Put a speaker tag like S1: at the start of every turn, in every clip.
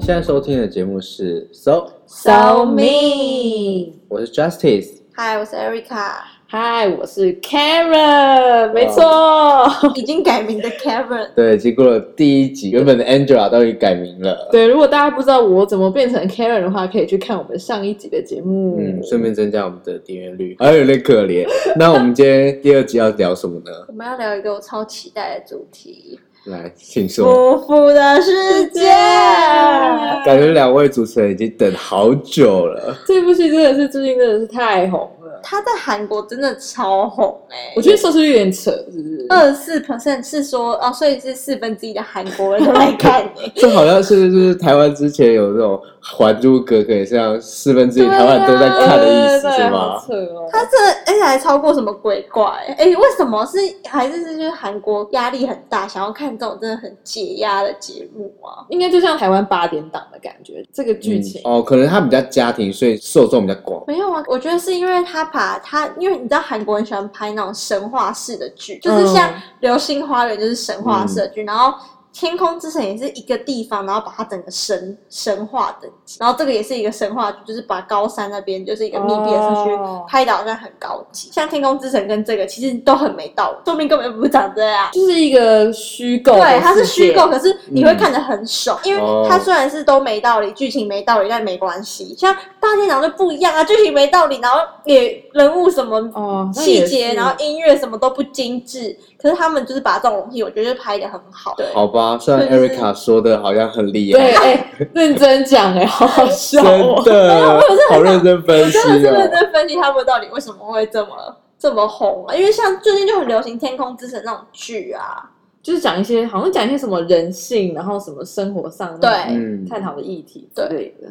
S1: 现在收听的节目是 So，
S2: So me，
S1: 我是 Justice。
S2: 嗨，我是 Erica，
S3: 嗨，我是 Karen，没错。
S2: 已经改名的 Kevin，
S1: 对，经过了第一集，原本的 Angela 都已经改名了。
S3: 对，如果大家不知道我怎么变成 Karen 的话，可以去看我们上一集的节目。
S1: 嗯，顺便增加我们的点阅率，哎还有点可 怜。那我们今天第二集要聊什么呢？
S2: 我们要聊一个我超期待的主题
S1: 来，请
S2: ——
S1: 说。
S2: 夫妇的世界。
S3: 啊
S1: 感觉两位主持人已经等好久了。
S3: 这部戏真的是最近真的是太红了，
S2: 他在韩国真的超红哎、
S3: 我觉得收视率有点扯，是不是？
S2: 二十四 percent 是说哦，所以是四分之一的韩国人都 来看哎、
S1: 这好像是就是台湾之前有那种《还珠格格》，也是像四分之一
S2: 对啊
S1: 台湾人都在看的意思，
S3: 对
S1: 是
S3: 好
S1: 吗？嗯
S3: 扯哦。
S2: 他这而且还超过什么鬼怪？哎、为什么是还是是就是韩国压力很大，想要看这种真的很解压的节目啊？
S3: 应该就像台湾八点档的感觉，这个剧情。
S1: 嗯哦，可能他比较家庭，所以受众比较广。
S2: 没有啊，我觉得是因为他把他，因为你知道韩国很喜欢拍那种神话式的剧，就是像《
S3: 嗯
S2: 流星花园》就是神话式的剧，然后。天空之城也是一个地方，然后把它整个神神化的，然后这个也是一个神话剧，就是把高山那边就是一个密闭的社区
S3: 哦
S2: 拍的好像很高级。像天空之城跟这个其实都很没道理，说明根本就不是长这样。
S3: 就是一个虚构的世界，
S2: 对，它是虚构，可是你会看得很爽，因为它虽然是都没道理，剧情没道理，但没关系。像八天档就不一样啊，剧情没道理，然后也人物什么
S3: 哦，那也
S2: 细节，
S3: 是
S2: 然后音乐什么都不精致，可是他们就是把这种东西，我觉得就拍的很好。对，
S1: 好吧，虽然
S2: 对就是
S1: Erica 说的好像很厉害
S3: 对，，哎，认真讲，哎，好好笑
S1: 真
S3: 哦。
S1: 的好认真分析
S2: 啊真的是认
S1: 哦。
S2: 真分析他们到底为什么会这么这么红啊？因为像最近就很流行《天空之城》那种剧啊，
S3: 就是讲一些好像讲一些什么人性，然后什么生活上
S2: 对
S3: 那种
S1: 嗯
S3: 探讨的议题之类的。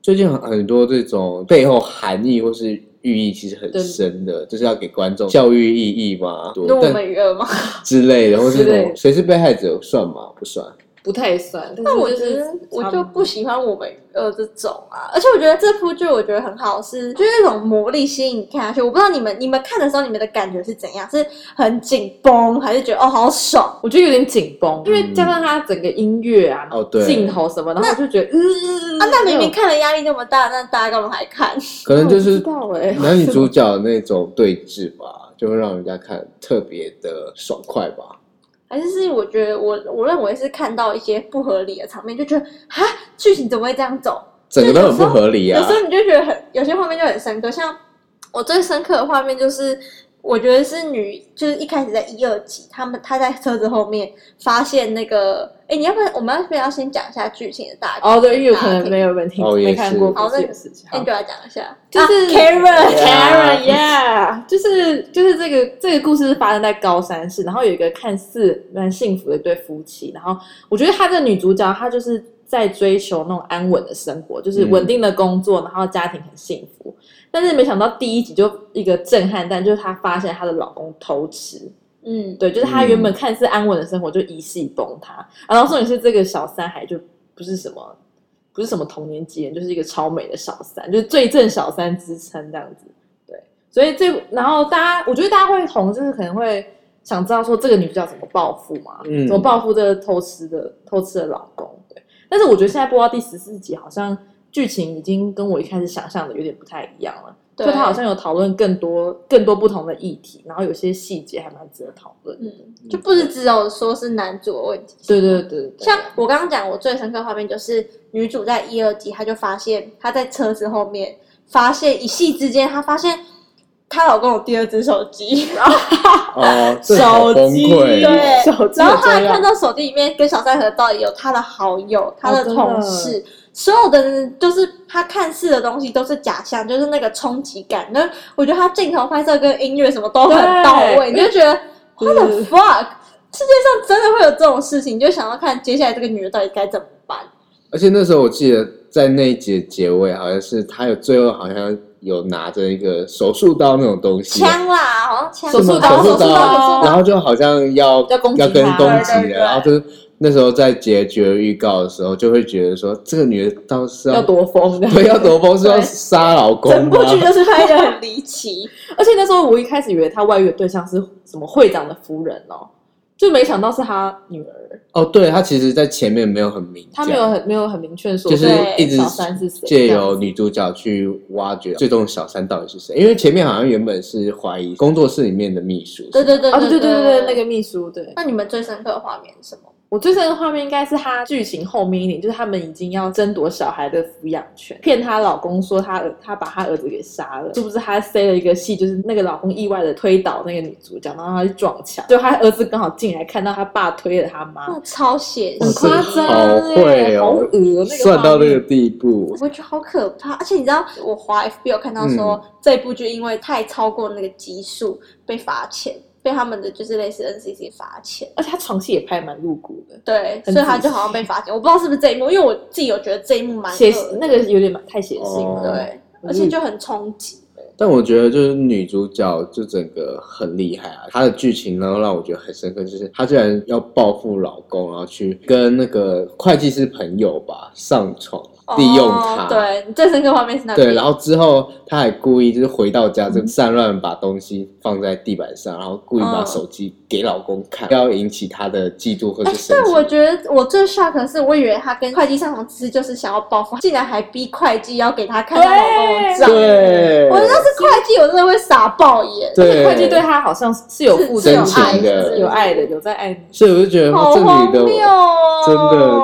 S1: 最近很很多这种背后含义或是寓意其实很
S3: 对
S1: 深的，就是要给观众教育意义嘛，
S2: 就我
S1: 但
S2: 们娱乐嘛。
S1: 之类的，或是
S3: 之类
S1: 那种
S3: 的
S1: 谁是被害者算吗？不算。
S3: 不太算，但
S2: 但
S3: 是
S2: 我
S3: 就
S2: 觉
S3: 是
S2: 得我
S3: 差
S2: 就
S3: 多
S2: 不喜欢我们呃这种啊，而且我觉得这部剧我觉得很好是，就是那种魔力吸引你看下去。我不知道你们你们看的时候你们的感觉是怎样，是很紧绷，还是觉得哦好爽？
S3: 我觉得有点紧绷，因为
S1: 嗯
S3: 加上它整个音乐啊，
S1: 哦对
S3: 镜头什么，然后就觉得嗯
S2: 啊，那明明看了压力那么大，那大家干嘛还看？
S1: 可能就
S3: 我
S1: 是
S3: 不知道
S2: 欸
S3: 哎
S1: 男女主角那种对峙 吧，就会让人家看特别的爽快吧。
S2: 还是是我觉得我我认为是看到一些不合理的场面，就觉得啊剧情怎么会这样走？
S1: 整个都很不合理
S2: 有
S1: 啊
S2: 时！候你就觉得很有些画面就很深刻，像我最深刻的画面就是。我觉得是女，就是一开始在一二集，他们她在车子后面发现那个，哎，你要不要我们要不要先讲一下剧情的大概？
S3: 哦对，因为有可能没有人听
S1: 哦也是
S3: 没看过
S2: 好
S3: 这
S2: 那
S3: 件事情。
S2: a
S3: 好
S2: n g e 讲一下，
S3: 就是
S2: 啊 Karen，
S3: Karen，yeah，就是就是这个这个故事是发生在高山市，然后有一个看似蛮幸福的一对夫妻，然后我觉得她这个女主角她就是在追求那种安稳的生活，就是稳定的工作，然后家庭很幸福。但是没想到第一集就一个震撼弹，就是她发现她的老公偷吃，
S2: 嗯，
S3: 对，就是她原本看似安稳的生活就一系崩塌。啊然后重点是这个小三还就不是什么不是什么童年基人，就是一个超美的小三，就是最正小三之称这样子。对，所以这然后大家，我觉得大家会红，就是可能会想知道说这个女主角怎么报复嘛，
S1: 嗯
S3: 怎么报复这个偷吃的偷吃的老公。对，但是我觉得现在播到第十四集，好像剧情已经跟我一开始想象的有点不太一样了。
S2: 对
S3: 就他好像有讨论更多更多不同的议题，然后有些细节还蛮值得讨论。
S2: 嗯，就不是只有说是男主的问题，
S3: 对对对对，
S2: 像我刚刚讲，我最深刻的画面就是女主在一二集，她就发现她在车子后面发现一夕之间，她发现她老公有第二只手机，然后
S1: 哦，这好
S3: 手
S1: 崩
S3: 机
S1: 溃哦。
S2: 对
S3: 手机
S2: 然后
S3: 很
S2: 她
S3: 重
S2: 还看
S3: 要。
S2: 到手机里面跟小三合照也有她的好友、她的
S3: 真的
S2: 同事，所有的人就是她看似的东西都是假象，就是那个冲击感。那我觉得她镜头拍摄跟音乐什么都很
S3: 对嗯
S2: 到位，你就觉得 what the
S3: 对
S2: fuck，世界上真的会有这种事情，你就想要看接下来这个女的到底该怎么办。
S1: 而且那时候我记得在那一节结尾，好像是他有最后好像有拿着一个手术刀那种东西，
S2: 枪啦，好像枪
S3: 手
S1: 刀
S3: 术
S1: 手
S2: 刀，
S1: 术
S2: 手
S1: 刀
S2: 刀，
S1: 然后就好像要
S3: 要攻击
S1: 跟
S3: 他
S1: 攻击
S2: 对对
S1: 了，
S2: 对
S1: 然后就是那时候在结局的预告的时候，就会觉得说这个女的倒是
S3: 要多疯 的，
S1: 对要 啊夺风是要
S2: 对
S1: 杀老公
S2: 整
S1: 吗
S2: 部？剧就是拍的很离奇。
S3: 而且那时候我一开始以为他外遇的对象是什么会长的夫人哦，就没想到是他女儿，
S1: 哦，对他其实，在前面没有很明讲，
S3: 他没有很没有很明确说
S1: 就是
S3: 对
S1: 一直
S3: 小三是谁，
S1: 借
S3: 这样
S1: 由
S3: 子
S1: 女主角去挖掘最终小三到底是谁，因为前面好像原本是怀疑工作室里面的秘书，
S2: 对对对
S3: 哦对对
S2: 对
S3: 对对，那
S2: 那
S3: 个秘书对。
S2: 那你们最深刻的画面是什么？
S3: 我最深的画面应该是她剧情后面一点，就是他们已经要争夺小孩的抚养权，骗她老公说她儿她把她儿子给杀了，是不是？她塞了一个戏，就是那个老公意外的推倒那个女主角，然后她去撞墙，就她儿子刚好进来看到她爸推了她妈，
S2: 那超写
S1: 哇
S3: 很
S2: 实，
S1: 这
S3: 夸
S1: 个
S3: 张
S1: 好
S3: 欸
S1: 会哦
S3: 好恶那个
S1: 算到
S3: 画
S1: 那
S3: 面
S1: 个地步
S2: 我，觉得好可怕。而且你知道，我滑 FB 有看到说、
S1: 嗯
S2: 这部剧因为太超过那个集数被罚钱，被他们的就是类似 NCC 罚钱。
S3: 而且她床戏也拍得蛮露骨的，
S2: 对，
S3: 很
S2: 所以他
S3: 仔细
S2: 就好像被罚钱，我不知道是不是这一幕，因为我自己有觉得这一幕蛮
S3: 写
S2: 恶的
S3: 那个有点蛮太写性了，
S1: 哦
S2: 对，而且就很冲击。
S1: 但我觉得就是女主角就整个很厉害啊，她的剧情呢让我觉得很深刻，就是她居然要报复老公，然后去跟那个会计师朋友吧上床，利用她，
S2: 哦、对，你最深刻画面是那
S1: 对，
S2: 边
S1: 然后之后他还故意就是回到家就散乱把东西放在地板上，然后故意把
S2: 嗯
S1: 手机给老公看，要引起他的嫉妒或者
S2: 哎，
S1: 生
S2: 但
S1: 气。
S2: 我觉得我最 shock 的是，我以为他跟会计上床，只是就是想要报复，竟然还逼会计要给他看他老公的账。
S1: 对，
S2: 我要是会计，我真的会傻爆眼。
S1: 对
S3: 而且会计对她好像是有付
S1: 真
S3: 出
S1: 情的
S3: 有爱的，有在爱你。
S1: 所以我就觉得哇
S2: 好
S1: 这
S2: 荒
S1: 女的
S2: 谬哦！
S1: 真的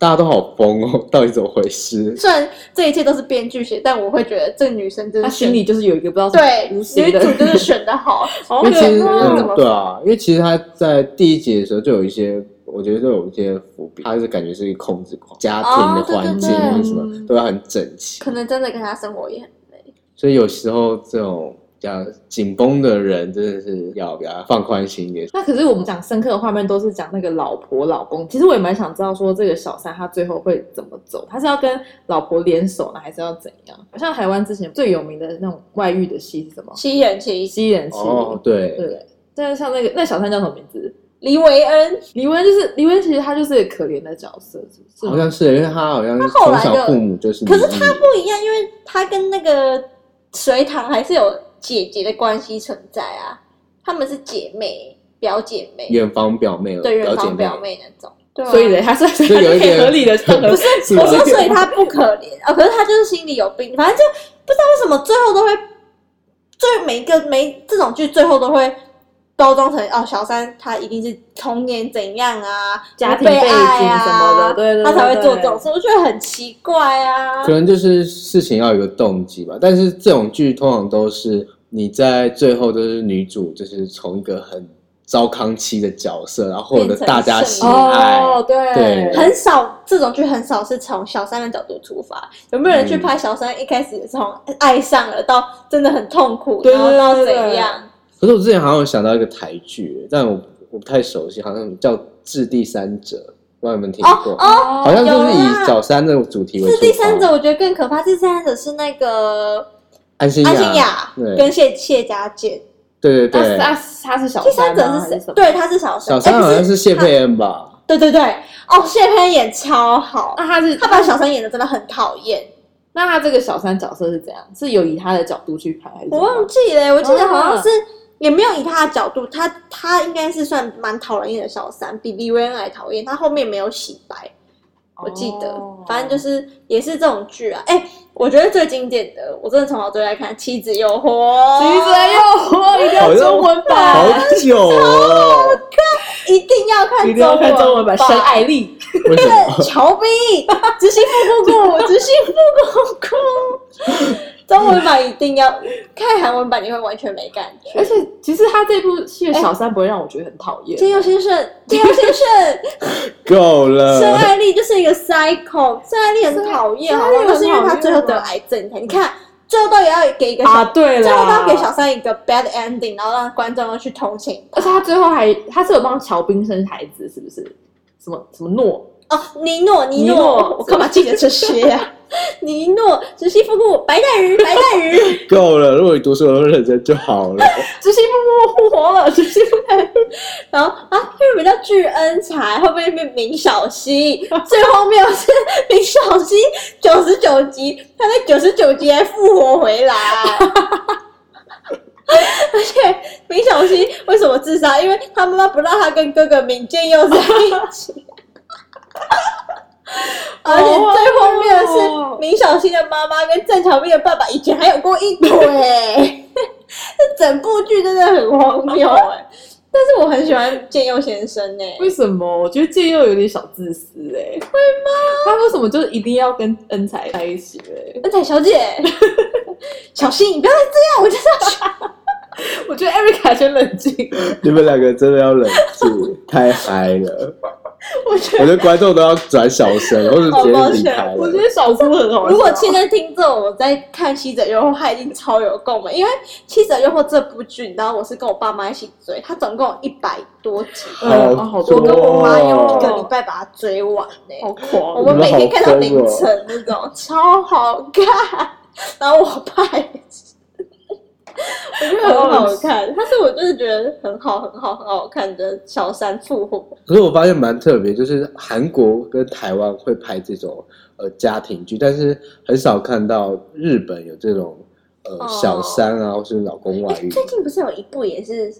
S1: 大家都好疯哦，到底怎么回事？
S2: 虽然这一切都是编剧写，但我会觉得这女生真
S3: 她
S2: 的
S3: 心
S2: 选
S3: 里就是有一个不知道什么
S2: 对
S3: 无
S2: 女
S3: 形的
S2: 主真的选的好， 哦
S3: 好
S1: 因为其实
S3: 可怕
S1: 嗯
S2: 怎么
S1: 对啊，因为其实他在第一集的时候就有一些，我觉得就有一些伏笔，他就是感觉是一个控制狂，家庭的
S2: 哦对对
S1: 环境啊
S2: 对
S1: 什么
S3: 嗯
S1: 都要很整齐，
S2: 可能真的跟她生活也很累。
S1: 所以有时候这种比较紧绷的人，真的是要给他放宽心一点。
S3: 那可是我们讲深刻的画面都是讲那个老婆老公，其实我也蛮想知道说这个小三他最后会怎么走，他是要跟老婆联手呢，还是要怎样？好像台湾之前最有名的那种外遇的戏是什么？
S2: 七人其
S3: 西人妻，
S1: 哦，对，
S3: 对。但是像那个那小三叫什么名字？
S2: 黎维恩，
S3: 李文就是李文，其实他就是个可怜的角色，是不是？
S1: 好像是，因为他好像是
S2: 他后
S1: 从
S2: 来
S1: 小
S2: 的
S1: 父母就是离异，
S2: 可是他不一样，因为他跟那个隋唐还是有姐姐的关系存在啊，他们是姐妹、表姐妹，
S1: 远房表妹，
S2: 对
S1: 表姐
S2: 远房
S1: 妹
S2: 表，妹那种。对啊
S3: 所 以呢，他是所以
S1: 所以
S3: 他
S1: 有
S3: 就
S1: 一
S3: 可以
S1: 点
S3: 合理 的上合
S1: 不是是
S2: 我说，
S1: 不是
S2: 所以他不可怜啊、可是他就是心里有病，反正就不知道为什么最后都会，最每一个每这种剧最后都会包装成哦，小三他一定是童年怎样啊，
S3: 家庭
S2: 不被
S3: 背景
S2: 爱啊
S3: 什么的对对对
S2: 他才会
S3: 对
S2: 做这种事，我觉得很奇怪啊
S1: 可。能就是事情要有一个动机吧。但是这种剧通常都是你在最后都是女主就是从一个很糟糠妻的角色，然后获得
S2: 变成
S1: 大家喜
S2: 圣母
S1: 爱。
S3: 哦，对
S1: 对
S2: 很少这种剧很少是从小三的角度出发，有没有人去拍小三一开始从爱上了到真的很痛苦，
S3: 对
S2: 然后到
S3: 对对
S2: 怎
S3: 对
S2: 样？
S1: 可是我之前好像有想到一个台剧，但我我不太熟悉，好像叫《致第三者》，不知道你们听过？
S2: 哦
S1: 好像就是
S2: 有啦
S1: 以小三的主题为出
S2: 是
S1: 发。
S2: 第三者，我觉得更可怕。第三者是那个
S1: 安心
S2: 安心雅
S1: 对
S2: 跟谢谢家健，
S1: 对对
S3: 他是
S1: 对，
S3: 他是他是小
S2: 第三
S3: 吗
S2: 者
S3: 还
S2: 是谁
S3: 什？么
S2: 对，他是小三，
S1: 小三
S2: 哎
S1: 好像
S2: 可
S1: 是谢佩恩吧？
S2: 对对对，哦，谢佩恩演超好，
S3: 那他是
S2: 他把小三演的真的很讨厌，
S3: 那他这个小三角色是怎样？是有以他的角度去拍，还是怎
S2: 我
S3: 么样
S2: 忘记了，我记得好
S3: 啊
S2: 像是。也没有以他的角度，他他应该是算蛮讨人厌的小三，比李薇恩还讨厌。他后面没有洗白，我记得，
S3: 哦
S2: 反正就是也是这种剧啊。哎、我觉得最经典的，我真的从小最爱看《妻子诱惑》。
S3: 橘子诱
S2: 哦
S3: 惑一定要
S2: 哎
S3: 中文
S1: 好
S3: 版，
S1: 久哦，
S2: 一定要看
S3: 一定要看中文版《深
S2: 深
S3: 爱丽》。
S1: 为什 么？
S2: 乔碧，执行副姑姑，执行副姑姑， 中文版一定要看，韩文版你会完全没感觉
S3: 而。且其实他这部戏的
S2: 哎
S3: 小三不会让我觉得很讨厌，
S2: 金佑先生，金佑先 生，
S1: 够
S3: 呃
S1: 了，
S2: 孙爱丽就是一个 psycho，孙爱丽很讨厌，
S3: 孙
S2: 好
S3: 爱丽
S2: 吗？
S3: 很
S2: 那是因为她最后得了癌症，你看最后都也要给一个小，
S3: 嗯啊，对
S2: 最后都
S3: 了
S2: 要，给小三一个 bad ending，然后让观众要去同情
S3: 而且他最后还他是有帮乔冰生孩子，是不是？什么什么诺？
S2: 哦，尼诺，尼
S3: 尼诺
S2: 诺，我干嘛记得这些呀、 尼诺，直系夫妇，白带鱼，白带鱼。
S1: 够了，如果你读书有认真就好 了。
S3: 知心不不复活了，知心不
S2: 然后啊，日本叫巨恩才，会不会变明小溪？最后面是明小溪九十九集，他在 九十九集还复活回来，而且明小小新为什么自杀？因为他妈妈不让他跟哥哥明健佑在一起。而且最荒谬的
S3: 哦
S2: 是，明小新的妈妈跟郑巧碧的爸爸以前还有过一腿，这整部剧真的很荒谬哎、但是我很喜欢健佑先生哎、
S3: 为什么？我觉得这又有点小自私哎、会吗？他为什么就一定要跟恩才在一起嘞？
S2: 恩彩哎小姐，小新，你不要再这样，我就是要
S3: 我觉得 Erica 先冷静。
S1: 你们两个真的要忍 住，太嗨了，
S2: 我觉
S1: 我觉得观众都要转小声，或者直接离开
S3: 我
S1: 了
S3: 觉。得小苏很好笑。
S2: 如果现在听众我在看《七者诱惑》，他已经超有共鸣，因为《七者诱惑》这部剧，你知道我是跟我爸妈一起追，它总共有一百多集，
S3: 嗯
S1: 好啊
S3: 好
S2: 我
S3: 多
S2: 跟我妈用一个
S1: 哦
S2: 礼拜把它追完欸呢、
S3: 好狂，
S2: 我们每天看到凌晨
S1: 哦
S2: 那种，超好看。然后我爸也是，我觉得很好看。但是我就是觉得很好、很好、很好看的小三复活，
S1: 可是我发现蛮特别，就是韩国跟台湾会拍这种呃家庭剧，但是很少看到日本有这种呃、
S2: 哦
S1: 小三啊，或是老公外
S2: 哎
S1: 遇。
S2: 最近不是有一部也是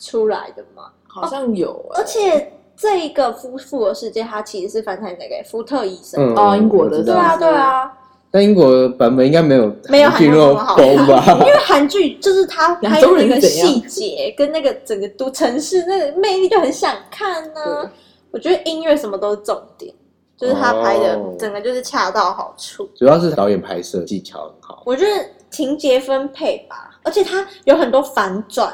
S2: 出来的吗？
S3: 好像有、欸，
S2: 而且这一个夫妇的世界，它其实是翻拍那个福特医生。
S1: 嗯，
S3: 哦英国的
S1: 我知
S2: 对
S1: 道
S2: 啊，
S3: 是
S2: 对啊，
S1: 但英国的版本应该没有
S2: 没有
S1: 韩剧那么
S2: 韩国那
S1: 崩
S2: 么
S1: 吧？
S2: 因为韩剧 就是它
S3: 亚
S2: 拍
S3: 洲
S2: 的
S3: 人
S2: 那个
S3: 是怎样
S2: 细节跟那个整个都城市那个魅力就很想看啊呢、
S1: 啊
S3: 对
S2: 我觉得音乐什么都是重点，就是他拍的
S1: 哦
S2: 整个就是恰到好处。
S1: 主要是导演拍摄技巧很好。
S2: 我觉得情节分配吧，而且它有很多反转，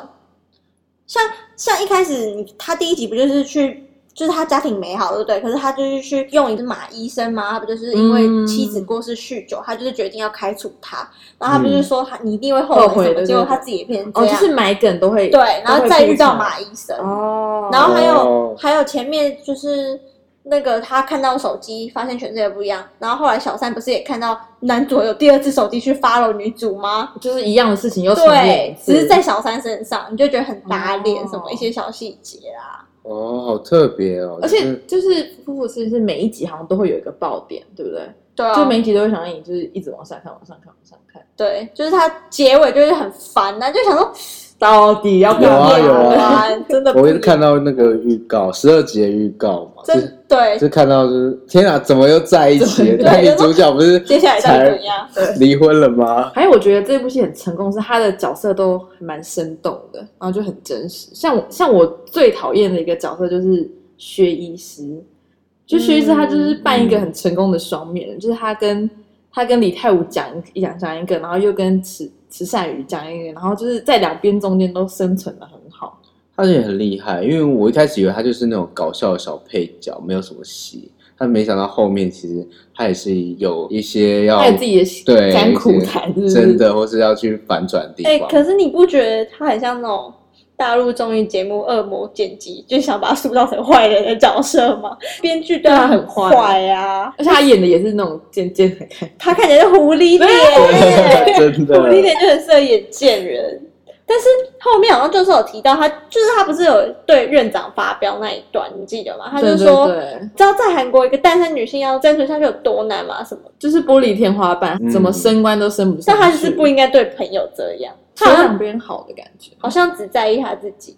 S2: 像像一开始你他第一集不就是去。就是他家庭美好，对不对？可是他就是去用一个马医生嘛，他不就是因为
S3: 嗯
S2: 妻子过世酗酒，他就是决定要开除他。然后他不是
S1: 嗯
S2: 说他你一定会后
S3: 后
S2: 悔
S3: 悔
S2: 什么？
S3: 对对
S2: 结果他
S3: 对
S2: 自己也变成这
S3: 哦，就
S2: 样。
S3: 是买梗都会
S2: 对，然后再遇到马医生，
S3: 哦，
S2: 然后还有、
S1: 哦
S2: 还有前面就是那个他看到手机，发现全世界不一样。然后后来小三不是也看到男主有第二只手机去 follow 女主吗？
S3: 就是一样的事情又重演
S2: 对
S3: 一，次，
S2: 只是在小三身上，你就觉得很打脸，
S3: 哦
S2: 什么一些小细节啊。
S1: 哦，好特别哦！
S3: 而
S1: 就
S3: 且
S1: 是
S3: 就是夫妇事是每一集好像都会有一个爆点，对不对？
S2: 对啊，
S3: 就每一集都会想让你就是一直往上看，往上看，往上看，
S2: 对，就是他结尾就是很烦啊呐、就想说
S3: 到底要不
S1: 有
S3: 要
S1: 啊
S3: 演
S1: 有啊
S2: 完 真的
S1: 我
S2: 不
S1: 一直看到那个预告，十二集的预告嘛，就是
S2: 真对，
S1: 就看到就是天啊，怎么又在一起了？
S3: 对
S1: 那女主角不 是
S2: 接下来到底怎样？
S1: 离婚了吗？
S3: 还有，我觉得这部戏很成功，是他的角色都蛮生动的，然后就很真实。像我，像我最讨厌的一个角色就是薛医师，就薛医师他就是扮一个很成功的双面人，就是他跟他跟李泰武讲一讲讲一个，然后又跟池池善宇讲一个，然后就是在两边中间都生存的很好。
S1: 他也很厉害，因为我一开始以为他就是那种搞笑的小配角，没有什么戏。但没想到后面其实他也是有一些要
S3: 他有自己的
S1: 哦对
S3: 甘苦
S1: 一些
S3: 谈，是不是
S1: 真的，或是要去反转的地
S2: 哎、
S1: 方。
S2: 可是你不觉得他很像那种大陆综艺节目恶魔剪辑，就想把他塑造成坏人的角色吗？编剧对他很坏啊，
S3: 而且他演的也是那种尖尖的感觉，
S2: 他看起来是狐狸脸，
S1: 真
S2: 狐狸
S1: 的，
S2: 脸就很适合演贱人。但是后面好像就是有提到他，就是他不是有对院长发飙那一段，你记得吗？他就
S3: 对对
S2: 说，
S3: 对
S2: 知道在韩国一个单身女性要生存下去有多难吗？什么？
S3: 就是玻璃天花板，
S1: 嗯
S3: 怎么升官都升不上
S2: 但
S3: 去。
S2: 他就是不应该对朋友这样，他好像
S3: 两边好的感觉。
S2: 好像只在意他自己。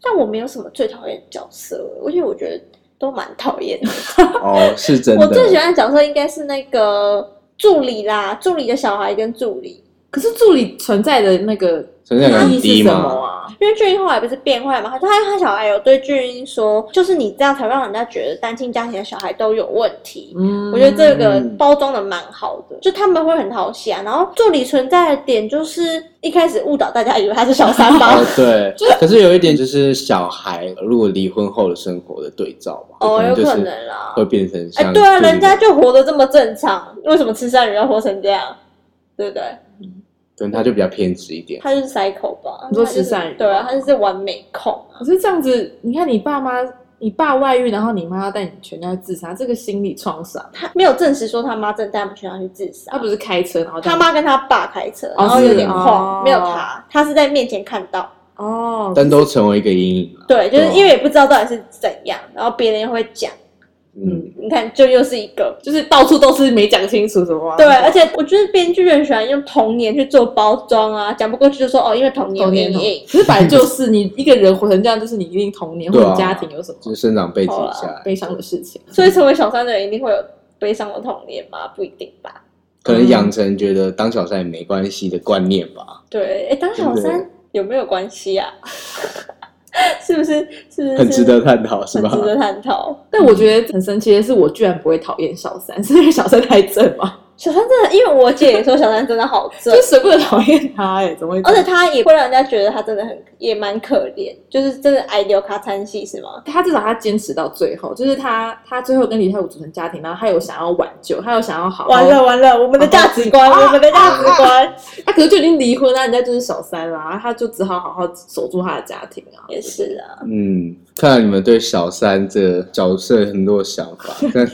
S2: 但我没有什么最讨厌的角色，而且我觉得都蛮讨厌的。
S1: 哦，是真的。
S2: 我最喜欢的角色应该是那个助理啦，助理的小孩跟助理，
S3: 可是助理存在的那个
S1: 存在感很
S3: 意义
S1: 低
S3: 是什
S1: 嘛
S3: 么啊？
S2: 因为俊英后来不是变坏嘛，他他他小孩有对俊英说，就是你这样才让人家觉得单亲家庭的小孩都有问题。
S3: 嗯
S2: 我觉得这个包装的蛮好的，就他们会很讨喜啊。然后助理存在的点就是一开始误导大家以为他是小三包
S1: 哦，， 对，可是有一点就是小孩如果离婚后的生活的对照嘛，
S2: 哦，有
S1: 就
S2: 可
S1: 是
S2: 能啦。
S1: 会变成
S2: 哎、
S1: 像
S2: 对啊，
S1: 这里
S2: 人家就活得这么正常，为什么吃善鱼要活成这样？对不对？
S1: 可能他就比较偏执一点。
S2: 他就是 psycho 吧？
S3: 你说
S2: 他就是
S3: 吃善鱼
S2: 对啊，他就是完美控啊。
S3: 可是这样子，你看你爸妈，你爸外遇，然后你妈带你全家自杀，这个心理创伤。
S2: 他没有证实说他妈真的带他们全家去自杀，
S3: 他不是开车，然后这
S2: 他
S3: 样
S2: 妈跟他爸开车，然后
S1: 是
S2: 有点晃，
S3: 哦
S2: 没有他，他是在面前看到。
S3: 哦，
S1: 但都成为一个阴影了。
S2: 对，就是
S1: 对啊
S2: 因为也不知道到底是怎样，然后别人也会讲，
S1: 嗯，
S2: 你看，这又是一个。
S3: 就是到处都是没讲清楚什么、啊。
S2: 对，而且我觉得编剧很喜欢用童年去做包装啊，讲不过去就说哦，因为童年
S3: 童
S2: 阴
S3: 年童
S2: 影。
S3: 可是本来就是你一个人活成这样，就是你一定童年或
S1: 对啊
S3: 者家庭有什么
S1: 就是生长背景
S2: 好啦
S1: 下来，
S3: 悲伤的事情。
S2: 所以成为小三的人一定会有悲伤的童年吗？不一定吧。
S1: 可
S2: 嗯
S1: 能养成觉得当小三也没关系的观念吧，
S2: 对，哎，当小
S1: 真
S2: 三
S1: 的
S2: 有没有关系啊？ 是不是？是不是
S1: 很值得探讨，是
S2: 很
S1: 吧？
S2: 值得探讨。
S3: 但我觉得很神奇的是，我居然不会讨厌小三， 是因为小三太正嘛，
S2: 小三真的，因为我姐也说小三真 的好
S3: 就
S2: 正，
S3: 是舍不得讨厌他哎、怎么会这
S2: 而
S3: 样？
S2: 且她也会让人家觉得她真的很也蛮可怜，就是真的爱留卡餐戏是吗？
S3: 他至少他坚持到最后，就是他他最后跟李泰武组成家庭，然后他有想要挽救，他有想要好好
S2: 完了完了，我们的价值观，我们的价值 观。
S3: 他啊可是就已经离婚了，人家就是小三啦，然后他就只好好好守住他的家庭啊。
S2: 也是啊，
S1: 嗯，看来你们对小三这个角色很多想法。 那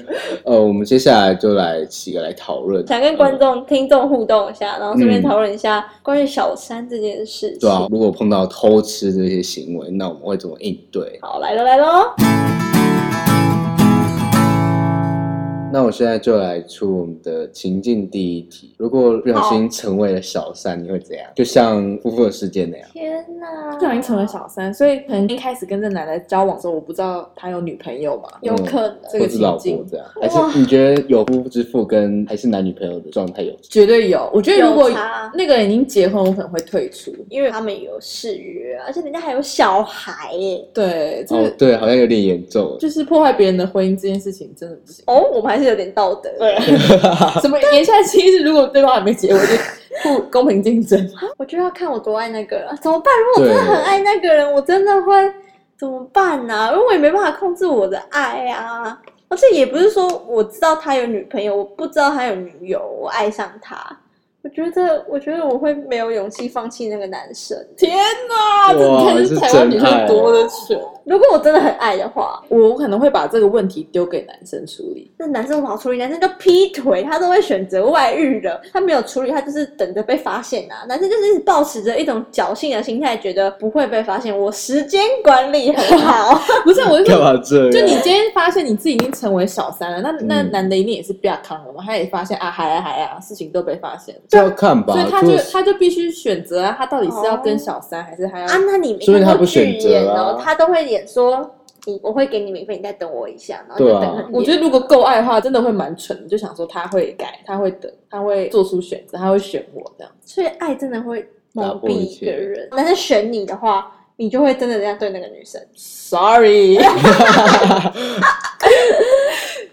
S1: 呃，我们接下来就来几个来讨论。
S2: 想跟观众、听众互动一下，然后顺便
S1: 嗯
S2: 讨论一下关于小三这件事情。
S1: 对啊，如果碰到偷吃这些行为，那我们会怎么应对？
S2: 好，来喽来喽，
S1: 那我现在就来出我们的情境第一题：如果不小心成为了小三，你会怎样？就像《夫妇的世界》那样，
S2: 天哪，
S3: 不小
S1: 嗯
S3: 心成了小三，所以可能一开始跟这男的交往的时候，我不知道他有女朋友嘛，
S2: 有可能。
S3: 这
S1: 或
S3: 个
S1: 是老
S3: 情
S1: 婆
S3: 境
S1: 这样，还
S2: 哇
S1: 是你觉得有夫之妇跟还是男女朋友的状态有差？
S3: 绝对有。我觉得如果
S2: 有差啊
S3: 那个人已经结婚，我可能会退出。
S2: 因为他们有誓约，啊而且人家还有小孩耶。
S3: 对，这个、
S1: 哦，对，好像有点严重。
S3: 就是破坏别人的婚姻这件事情真的不行。
S2: 哦，我们还是有点道德。
S3: 什么言下之意是，如果对方还没结婚，就不公平竞争。
S2: 我就要看我多爱那个人，啊怎么办？如果我真的
S1: 对
S2: 很爱那个人，我真的会怎么办呢、因为我也没办法控制我的爱啊。而且也不是说我知道他有女朋友，我不知道他有女友，我爱上他。我觉得，我觉得我会没有勇气放弃那个男生。
S3: 天哪，这你
S1: 哇
S3: 看就是
S1: 是
S3: 台
S1: 真
S3: 湾女生
S1: 爱啊
S3: 多的选。
S2: 如果我真的很爱的话，
S3: 我可能会把这个问题丢给男生处理。
S2: 那男生我好处理，男生就劈腿，他都会选择外遇的。他没有处理，他就是等着被发现啊。男生就是一直保持着一种侥幸的心态，觉得不会被发现，我时间管理很好。
S3: 不是，我是
S1: 干
S3: 说，
S1: 嘛这样？
S3: 就你今天发现你自己已经成为小三了，那那
S1: 嗯
S3: 男的一定也是不要扛了嘛，他也发现啊，还啊还啊，事情都被发现了，
S1: 这要看吧，
S3: 所以他
S1: 如
S3: 就
S1: 果
S3: 他就必须选择啊，他到底是要
S2: 哦
S3: 跟小三，还是他要
S2: 啊，那你没
S1: 所以他
S2: 看
S1: 不
S2: 过剧
S1: 选择
S2: 演
S1: 啊
S2: 哦，他都会演说你我会给你免费，你再等我一下，然后就
S1: 对啊
S2: 等很久。
S3: 我觉得如果够爱的话，真的会蛮蠢的，就想说他会改，他会等，他会做出选择，他会选我这样。
S2: 所以爱真的会蒙
S1: 打破
S2: 蔽
S1: 一
S2: 一个
S1: 切
S2: 人。男生选你的话，你就会真的这样对那个女生。
S3: Sorry，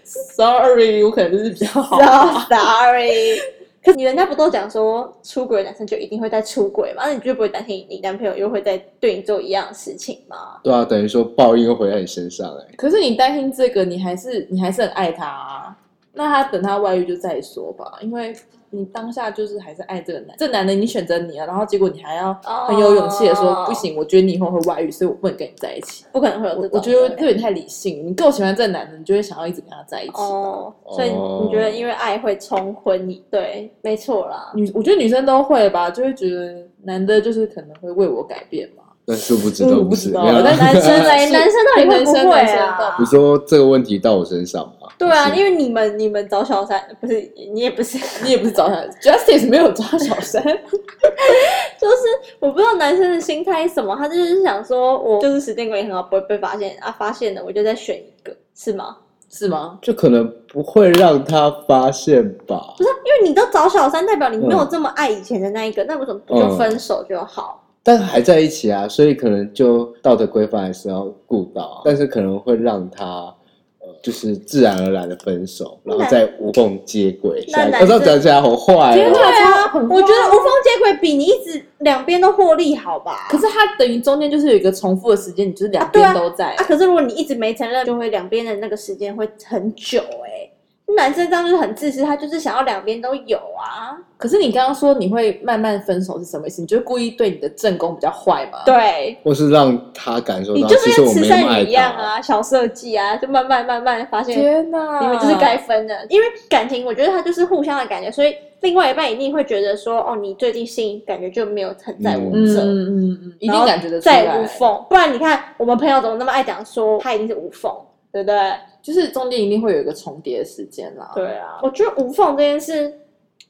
S3: Sorry，我可能就是比较好。
S2: So sorry。可是 你人家不都讲说出轨的男生就一定会再出轨嘛？那你就不会担心你男朋友又会再对你做一样的事情吗？
S1: 对啊，等于说报应又回到你身上哎、
S3: 可是你担心这个，你还是你还是很爱他、啊，那他等他外遇就再说吧，因为你当下就是还是爱这个男，这男的你选择你了，然后结果你还要很有勇气的说、
S2: 哦
S3: 不，行，我觉得你以后会外遇，所以我不能跟你在一起。
S2: 不可能会有这
S3: 我
S2: 种。
S3: 我觉得这
S2: 对
S3: 有点太理性，你够喜欢这个男的，你就会想要一直跟他在一起吧。
S2: 哦，所以你觉得因为爱会冲昏你？对，没错啦。
S3: 女，我觉得女生都会吧，就会觉得男的就是可能会为我改变嘛。
S1: 但殊不知
S3: 嗯
S1: 都
S3: 我不
S1: 是。
S3: 知道
S1: 没有
S3: 但
S1: 啦
S2: 男生嘞，
S3: 是
S2: 男生到底
S3: 男
S2: 会不
S3: 生
S2: 会
S3: 男生
S2: 啊
S3: 到？
S1: 你说这个问题到我身上吗？
S2: 对啊，
S1: 还是
S2: 因为你们你们找小三不是你也不是，
S3: 你也不是找他，Justice 没有抓小三，
S2: 就是我不知道男生的心态是什么，他就是想说我就是时间管理很好，不会被发现啊，发现了我就再选一个，是吗？
S3: 是吗？
S1: 就可能不会让他发现吧。
S2: 啊因为你都找小三，代表你没有这么爱以前的那一个，那为什么不就分手就好？
S1: 但还在一起啊，所以可能就道德规范还是要顾到啊、但是可能会让他呃，就是自然而然的分手，
S2: 那
S1: 然后再无缝接轨。
S2: 那
S1: 下一个
S2: 男
S1: 我知道
S2: 生
S1: 讲起来好坏
S3: 天
S1: 哦
S3: 哪，
S2: 啊，
S3: 很坏
S2: 我觉得无缝接轨比你一直两边都获利好吧？
S3: 可是他等于中间就是有一个重复的时间，你就是两
S2: 啊
S3: 边
S2: 对
S3: 都在
S2: 啊，。可是如果你一直没承认，就会两边的那个时间会很久哎、男生这样就是很自私，他就是想要两边都有啊。
S3: 可是你刚刚说你会慢慢分手是什么意思？你就故意对你的正宫比较坏吗？，
S2: 对，
S1: 或是让他感受
S2: 你
S1: 到，
S2: 就
S1: 其
S2: 是
S1: 实
S2: 跟
S1: 我
S2: 慈
S1: 没那
S2: 善
S1: 么爱
S2: 女一样
S1: 他。
S2: 啊，小设计啊，就慢慢慢慢发现
S3: 天哪，
S2: 你们就是该分的，因为感情我觉得它就是互相的感觉，所以另外一半一定会觉得说，哦，你最近性感觉就没有很在我
S3: 嗯
S2: 这。
S3: 嗯嗯嗯，一
S2: 然
S3: 定
S2: 后
S3: 感觉得出
S2: 再无
S3: 来。
S2: 哎缝，不然你看我们朋友怎么那么爱讲说他一定是无缝，对不对？
S3: 就是中间一定会有一个重叠的时间啦。
S2: 对啊，我觉得无缝这件事，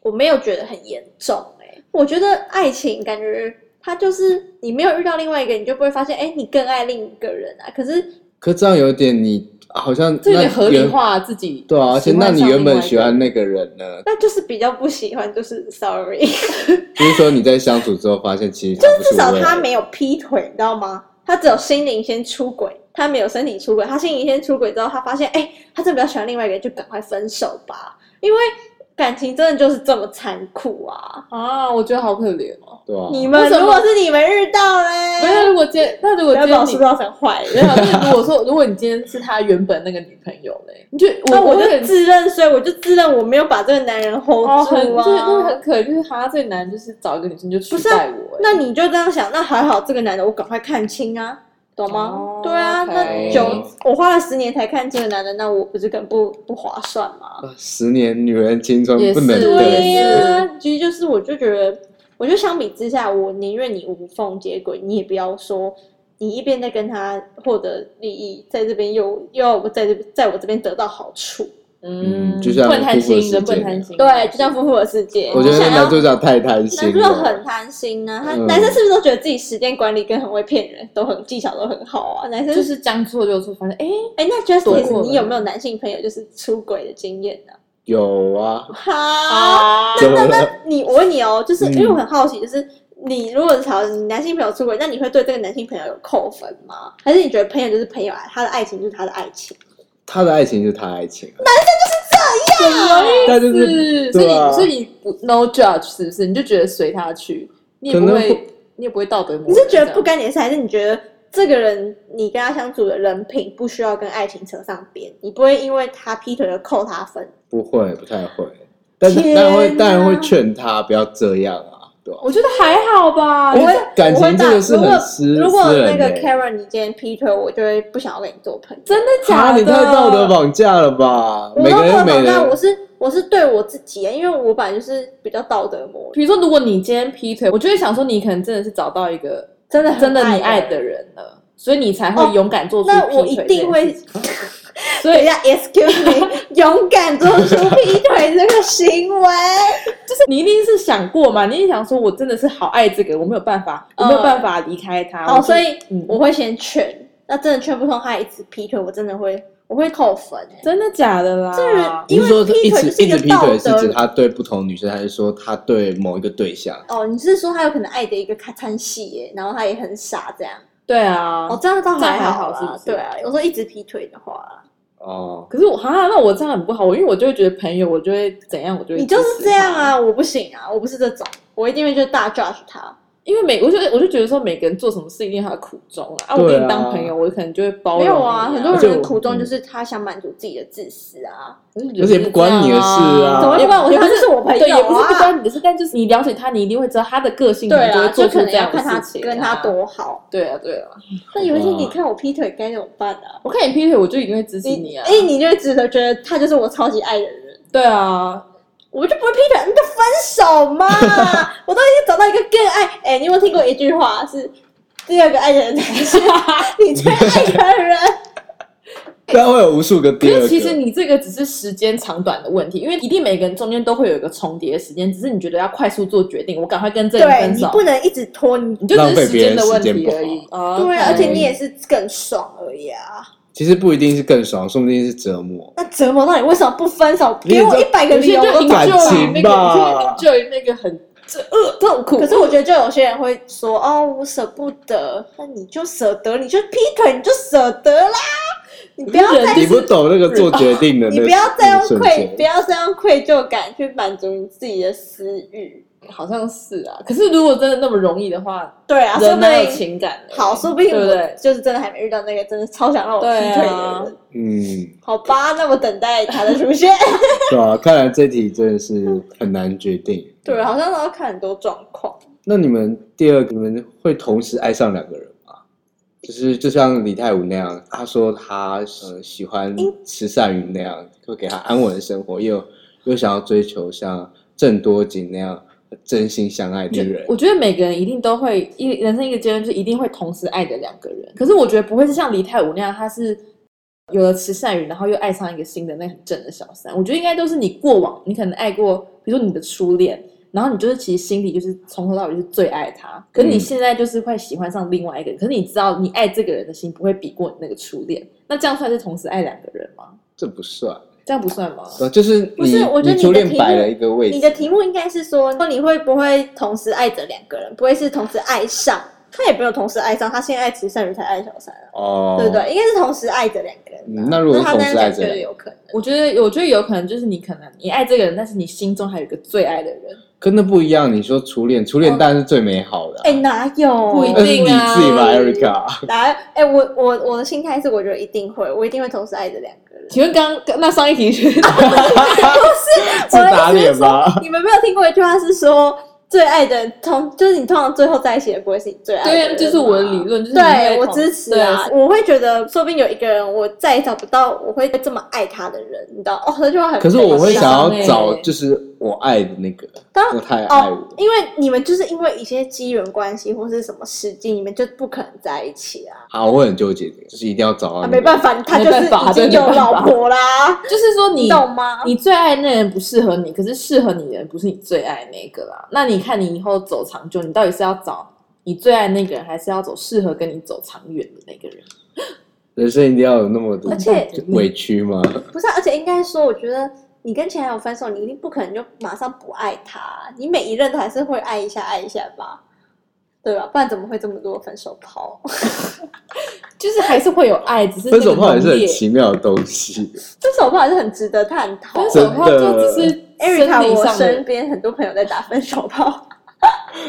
S2: 我没有觉得很严重哎、我觉得爱情感觉它就是你没有遇到另外一个，你就不会发现，哎、你更爱另一个人啊。可是
S1: 可这样有点你好像
S3: 这有点
S1: 那
S3: 合理
S1: 原
S3: 化自己。
S1: 对啊，而且
S3: 喜欢
S1: 那你
S3: 上
S1: 原
S3: 另
S1: 本
S3: 外一
S1: 喜
S3: 个
S1: 欢那个人呢？
S2: 那就是比较不喜欢，就是 sorry，
S1: 就是说你在相处之后发现，其实就
S2: 至少他没有劈腿，你知道吗？他只有心灵先出轨，他没有身体出轨。他心灵先出轨之后，他发现，哎、他真的比较喜欢另外一个人，就赶快分手吧，因为感情真的就是这么残酷啊！
S3: 啊，我觉得好可怜哦。
S1: 对啊，
S2: 你们
S3: 为什
S2: 如
S3: 么
S2: 果是你们遇到嘞，
S3: 没有，如果今天那如果
S2: 不
S3: 今
S2: 要
S3: 天
S2: 把我
S3: 你
S2: 塑造成坏人。
S3: 没有，就是如果说如果你今天是他原本那个女朋友嘞，你就
S2: 那
S3: 我
S2: 我
S3: 会
S2: 就自认，所以我就自认我没有把这个男人 hold
S3: 哦，很
S2: 住
S3: 对，
S2: 啊。
S3: 那很可怜，就是他这个男就是找一个女生就取
S2: 不是啊
S3: 代我欸，
S2: 那你就这样想，那还好这个男的我赶快看清啊，懂吗？
S3: 哦
S2: 对啊，那
S3: OK
S2: 九我花了十年才看这个男的，那我不是更不不划算吗？
S1: 啊十年女人青春
S3: 也
S1: 不能
S3: 是欸
S1: 等
S2: 对
S3: 也
S1: 死
S3: 是
S2: 呀、其实就是我就觉得，我就相比之下，我宁愿你无缝接轨，你也不要说。你一边在跟他获得利益，在这边又又要我在这在我这边得到好处，
S1: 嗯就像
S3: 不能贪
S1: 姑姑的
S3: 心，
S1: 世
S3: 人不能
S1: 界
S3: 贪心，
S2: 对，就像夫妇的世界，
S1: 我觉得
S2: 你想要
S1: 男主角太贪
S2: 男
S1: 心
S2: 主
S1: 了，
S2: 角很贪心啊，他
S1: 嗯
S2: 男生是不是都觉得自己时间管理跟很会骗人，都很技巧都很好啊？男生
S3: 就是将错就错，反正哎，
S2: 哎，那
S3: 躲过
S2: Justice，
S3: 了
S2: 你有没有男性朋友就是出轨的经验呢？哦
S1: 有啊，
S2: 哈，
S3: 啊
S1: 怎么了？
S2: 你我问你哦，就是
S1: 嗯
S2: 因为我很好奇，就是你如果吵你男性朋友出轨，那你会对这个男性朋友有扣分吗？还是你觉得朋友就是朋友啊，他的爱情就是他的爱情？
S1: 他的爱情就是他的爱情啊，
S3: 什么意
S1: 但就是
S3: 思？所以
S1: 对
S3: 你
S1: 啊
S3: 所以你不 no judge 是不是？你就觉得随他去，你也
S1: 可
S3: 不
S1: 能
S3: 会，你也不会道德
S2: 你
S3: 你
S2: 是觉得不干你的事，还是你觉得这个人你跟他相处的人品不需要跟爱情扯上边？你不会因为他劈腿而扣他分？
S1: 不会，不太会，但
S2: 天
S1: 当然会，当然
S2: 哪
S1: 会劝他不要这样啊，对吧？
S3: 我觉得还好吧，
S1: 哎
S2: 我
S3: 就
S2: 会
S3: 是
S1: 感
S2: 我会
S1: 情
S2: 打
S1: 这个是
S2: 如果
S1: 很私
S2: 如果
S1: 私
S2: 那
S1: 人
S2: 个
S1: 的欸
S2: Karen 你今天劈腿，我就会不想要跟你做朋友。
S3: 真的假
S1: 啊，
S3: 的？
S1: 你太道德绑架了吧？
S2: 我
S1: 每
S2: 都
S1: 个
S2: 没有
S1: 人每
S2: 想到，
S1: 人
S2: 我是我是对我自己，因为我本来就是比较道德魔人，
S3: 比如说，如果你今天劈腿，我就会想说，你可能真的是找到一个
S2: 真的很
S3: 真的你爱
S2: 爱
S3: 的人了，所以你才会勇敢做出
S2: 哦那我
S3: 劈
S2: 一
S3: 腿这件事
S2: 定会，
S3: 所
S2: 等一
S3: 以
S2: 下，excuse me，勇敢做出劈腿这个行为。
S3: 就是你一定是想过嘛，你一定想说，我真的是好爱这个人，我没有办法，我没有办法离开他。我
S2: 好，
S3: 就
S2: 哦所以
S3: 嗯
S2: 我会先劝，那真的劝不通，他一直劈腿，我真的会我会扣分欸。
S3: 真的假的啦？
S2: 这个人
S1: 你是说
S2: 因为劈
S1: 一
S2: 腿
S1: 直
S2: 就是一
S1: 一
S2: 个
S1: 直劈腿是
S2: 道德
S1: 指他对不同女生，还是说他对某一个对象？
S2: 哦，你是说他有可能爱的一个看看戏耶，然后他也很傻这样？
S3: 对啊，
S2: 哦，这样倒
S3: 这样还好
S2: 好啦
S3: 是不是
S2: 对啊，我说一直劈腿的话，
S1: 哦，
S3: 可是我哈、啊，那我这样很不好，我因为我就会觉得朋友，我就会怎样，我就会
S2: 你就是
S3: 支持
S2: 这样
S3: 他。
S2: 啊，我不行啊，我不是这种，我一定会就大 judge 他。
S3: 因为每我就我就觉得说每个人做什么事一定有他的苦衷啊，啊，我
S1: 对啊
S3: 跟你当朋友，我可能就会包容
S2: 没
S3: 哦你。
S2: 有啊，很多
S1: 而且
S2: 人的
S1: 我
S2: 苦衷
S3: 嗯
S2: 就是他想满足自己的自私啊。
S3: 而
S1: 而且不关你的事啊
S2: 怎么会不关我
S3: 也
S2: 事
S3: 不
S2: 他就是我朋友啊
S3: 对，也不是不关你的事，但就是你了解他，你一定会知道他的个性，
S2: 对
S3: 你就
S2: 啊，
S3: 会
S2: 就
S3: 做出
S2: 可能
S3: 这
S2: 要
S3: 样的
S2: 看他
S3: 事情、啊
S2: 跟他，多好。
S3: 对啊，对啊。
S2: 那有一天
S1: 哇
S2: 你看我劈腿该怎么办啊？
S3: 我看你劈腿，我就一定会支持
S2: 你
S3: 你啊。
S2: 哎，你就会只能觉得他就是我超级爱的人，
S3: 对啊，
S2: 我就不会劈腿，那就分 手嘛。我都已经找到一个更爱。哎，你有没有听过一句话是？第二个爱的人才 是你最爱的人，哎
S1: 但会有无数个
S3: 可
S1: 第二
S3: 是
S1: 个。
S3: 其实你这个只是时间长短的问题，因为一定每个人中间都会有一个重叠的时间，只是你觉得要快速做决定，我赶快跟这个人
S2: 对
S3: 分
S2: 你
S3: 手，
S2: 不能一直拖你
S3: 你就只是时间的问题而已。啊
S2: 对啊，而且你也
S3: 是
S2: 是更爽而已啊。
S1: 其实不一定是更爽，说不定是折磨。
S2: 那折磨到你为什么不分手？
S1: 你
S2: 给
S1: 也
S2: 我
S1: 知
S2: 一
S1: 道
S2: 百个
S3: 有
S2: 理
S3: 些
S2: 由
S3: 人
S2: 我
S3: 就
S2: 都
S3: enjoy 那
S1: 感情吧
S3: 个，有些人 enjoy 那个很这呃痛苦。
S2: 可是我觉得就有些人会说哦，我舍不得，那你就舍得，你就劈腿，你就舍得啦，你不要
S3: 人
S2: 再
S1: 你不懂那个做决定的那
S2: 你
S1: 个，
S2: 不要再
S1: 那个
S2: 用
S1: 瞬
S2: 愧，
S1: 间
S2: 不要再用愧疚感去满足你自己的私欲。
S3: 好像是啊，可是如果真的那么容易的话，
S2: 对啊，说
S3: 人
S2: 不
S3: 哪有
S2: 定
S3: 情感的？
S2: 好，说不定
S3: 对不
S2: 我
S3: 对？
S2: 就是真的还没遇到那个真的超想让我劈
S3: 对啊
S2: 腿的人。
S1: 嗯，
S2: 好吧，那我等待他的 出现。
S1: 对啊，看来这题真的是很难决定。
S2: 对，好像都要看很多状况。
S1: 那你们第二个，你们会同时爱上两个人吗？就是就像李泰武那样，他说他呃喜欢池善宇那样，会给他安稳的生活，又又想要追求像郑多景那样真心相爱的人。
S3: 我觉得每个人一定都会一人生一个阶段，就是一定会同时爱的两个人。可是我觉得不会是像李泰武那样，他是有了池善宇，然后又爱上一个新的那很正的小三，我觉得应该都是你过往，你可能爱过，比如说你的初恋，然后你就是其实心里就是从头到尾就是最爱他，可是你
S1: 嗯
S3: 现在就是会喜欢上另外一个人，可是你知道你爱这个人的心不会比过你那个初恋，那这样算是同时爱两个人吗？
S1: 这不算，
S3: 这样不算吗？
S1: 对啊就是你
S2: 不是我觉得你的
S1: 你初恋
S2: 题目
S1: 摆了一个位置，
S2: 你的题目应该是说，你会不会同时爱着两个人？不会是同时爱上？他也没有同时爱上，他先爱慈善宇才爱小三啊，
S1: 哦，
S2: 对不对？应该是同时爱着两个人吧、
S1: 嗯那如果
S2: 他
S1: 同
S2: 那
S1: 时
S2: 样
S1: 爱
S2: 讲
S1: 着
S2: 就
S1: 两
S2: 有可能。
S3: 我觉得，我觉得有可能就是你可能你爱这个人，但是你心中还有一个最爱的人，
S1: 跟那不一样。你说初恋，初恋当然是最美好的啊、
S2: 哦哎、哪有？
S3: 不一
S1: 那是你
S3: 定啊
S1: 自己吧，Erica。
S2: 答案，哎、我我我的心态是，我觉得一定会，我一定会同时爱着两个人。
S3: 请问刚刚那上一题 是
S1: 自
S2: 哦
S1: 打脸 吧？
S2: 你们没有听过一句话是说，最爱的人通就是你通常最后在一起的不会是你最爱的人
S3: 对，
S2: 吗
S3: 就是我的理。论，就是你会
S2: 对，我
S3: 同
S2: 支持啊！
S3: 对
S2: 我会觉得，说不定有一个人，我再也找不到我会这么爱他的人，你知道？哦，这句话很。
S1: 可是我会
S2: 很
S1: 想
S2: 伤
S1: 要
S3: 很
S1: 找，
S3: 伤欸
S1: 就是我爱的那个，
S2: 当
S1: 我太爱
S2: 哦
S1: 我，。
S2: 因为你们就是因为一些机缘关系或是什么时机，你们就不可能在一起啊！
S1: 好，我很纠结这个，就是一定要找到、
S2: 啊，
S1: 那
S2: 没
S1: 个
S2: 办法，他就是
S3: 哦没办法
S2: 已经
S3: 对
S2: 有
S3: 没办法
S2: 老婆啦，
S3: 就是说
S2: 你
S3: 你
S2: 懂吗？
S3: 你最爱那人不适合你，可是适合你的人不是你最爱那个啦。那你看你以后走长久，你到底是要找你最爱那个人，还是要走适合跟你走长远的那个人？
S1: 人生一定要有那么多
S2: 而且
S1: 委屈吗？
S2: 不是啊，而且应该说，我觉得你跟前男友分手，你一定不可能就马上不爱他，你每一任都还是会爱一下，爱一下吧，对吧？不然怎么会这么多分手炮？
S3: 就是还是会有爱，只是那
S1: 分
S3: 个
S1: 手炮也是
S3: 浓
S1: 很
S3: 烈
S1: 奇妙的东西。
S2: 分手炮还是很值得探讨
S3: 分。
S1: 真
S3: 手炮就只是生
S2: Erica，
S3: 理
S2: 我
S3: 上
S2: 身
S3: 的，
S2: 边很多朋友在打分手炮，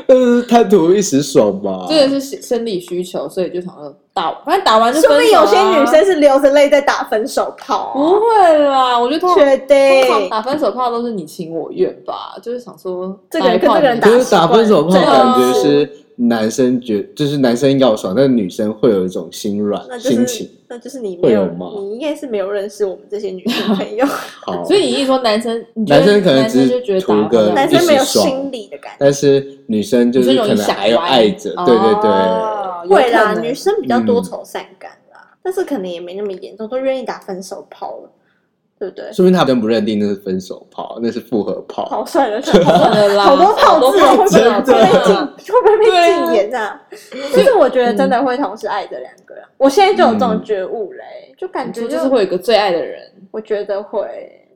S1: 但是贪图一时爽吧。
S3: 这个是生理需求，所以就想说打，反正打完就
S2: 说不
S3: 分
S2: 定
S3: 手啊哦
S2: 有些女生是流着泪在打分手炮啊、
S3: 不会啦，我觉得通常
S2: 确
S3: 通常
S2: 定，
S3: 打分手炮都是你情我愿吧，就是想说
S2: 这个人
S3: 打一炮
S2: 跟这个人
S3: 你
S1: 可是打
S2: 打
S1: 分手炮
S2: 习惯
S1: 感觉是男生觉，就是男生要爽，但女生会有一种心软、
S2: 那就
S1: 心
S2: 是
S1: 情。
S2: 那就是你没有，
S1: 会有吗
S2: 你应该是没有认识我们这些女性 朋友，
S1: 好，
S3: 所以你一说男生，你觉得
S1: 男生可能
S3: 男生
S1: 只
S3: 就觉得打
S1: 图个
S2: 男
S3: 男
S2: 生
S1: 一
S2: 没有
S1: 时爽
S2: 心理的感觉。
S1: 但是女生就是可能还有爱着，对对对。
S2: 哦会啦，女生比较多
S1: 嗯
S2: 愁善感啦，但是可能也没那么严重，都愿意打分手炮了，对不对？
S1: 说明他真不认定那是分手炮，那是复合炮。
S2: 好帅的，算了
S3: 的啦，
S2: 好多炮字哦，会不
S1: 真
S2: 会
S1: 的
S2: 被禁？会不会被
S3: 对啊
S2: 禁言啊？就是我觉得真的会同时爱着两个人，我现在就有这种觉悟嘞，就感
S3: 感
S2: 觉
S3: 觉嗯就是，会有一个最爱的人，
S2: 我觉得会。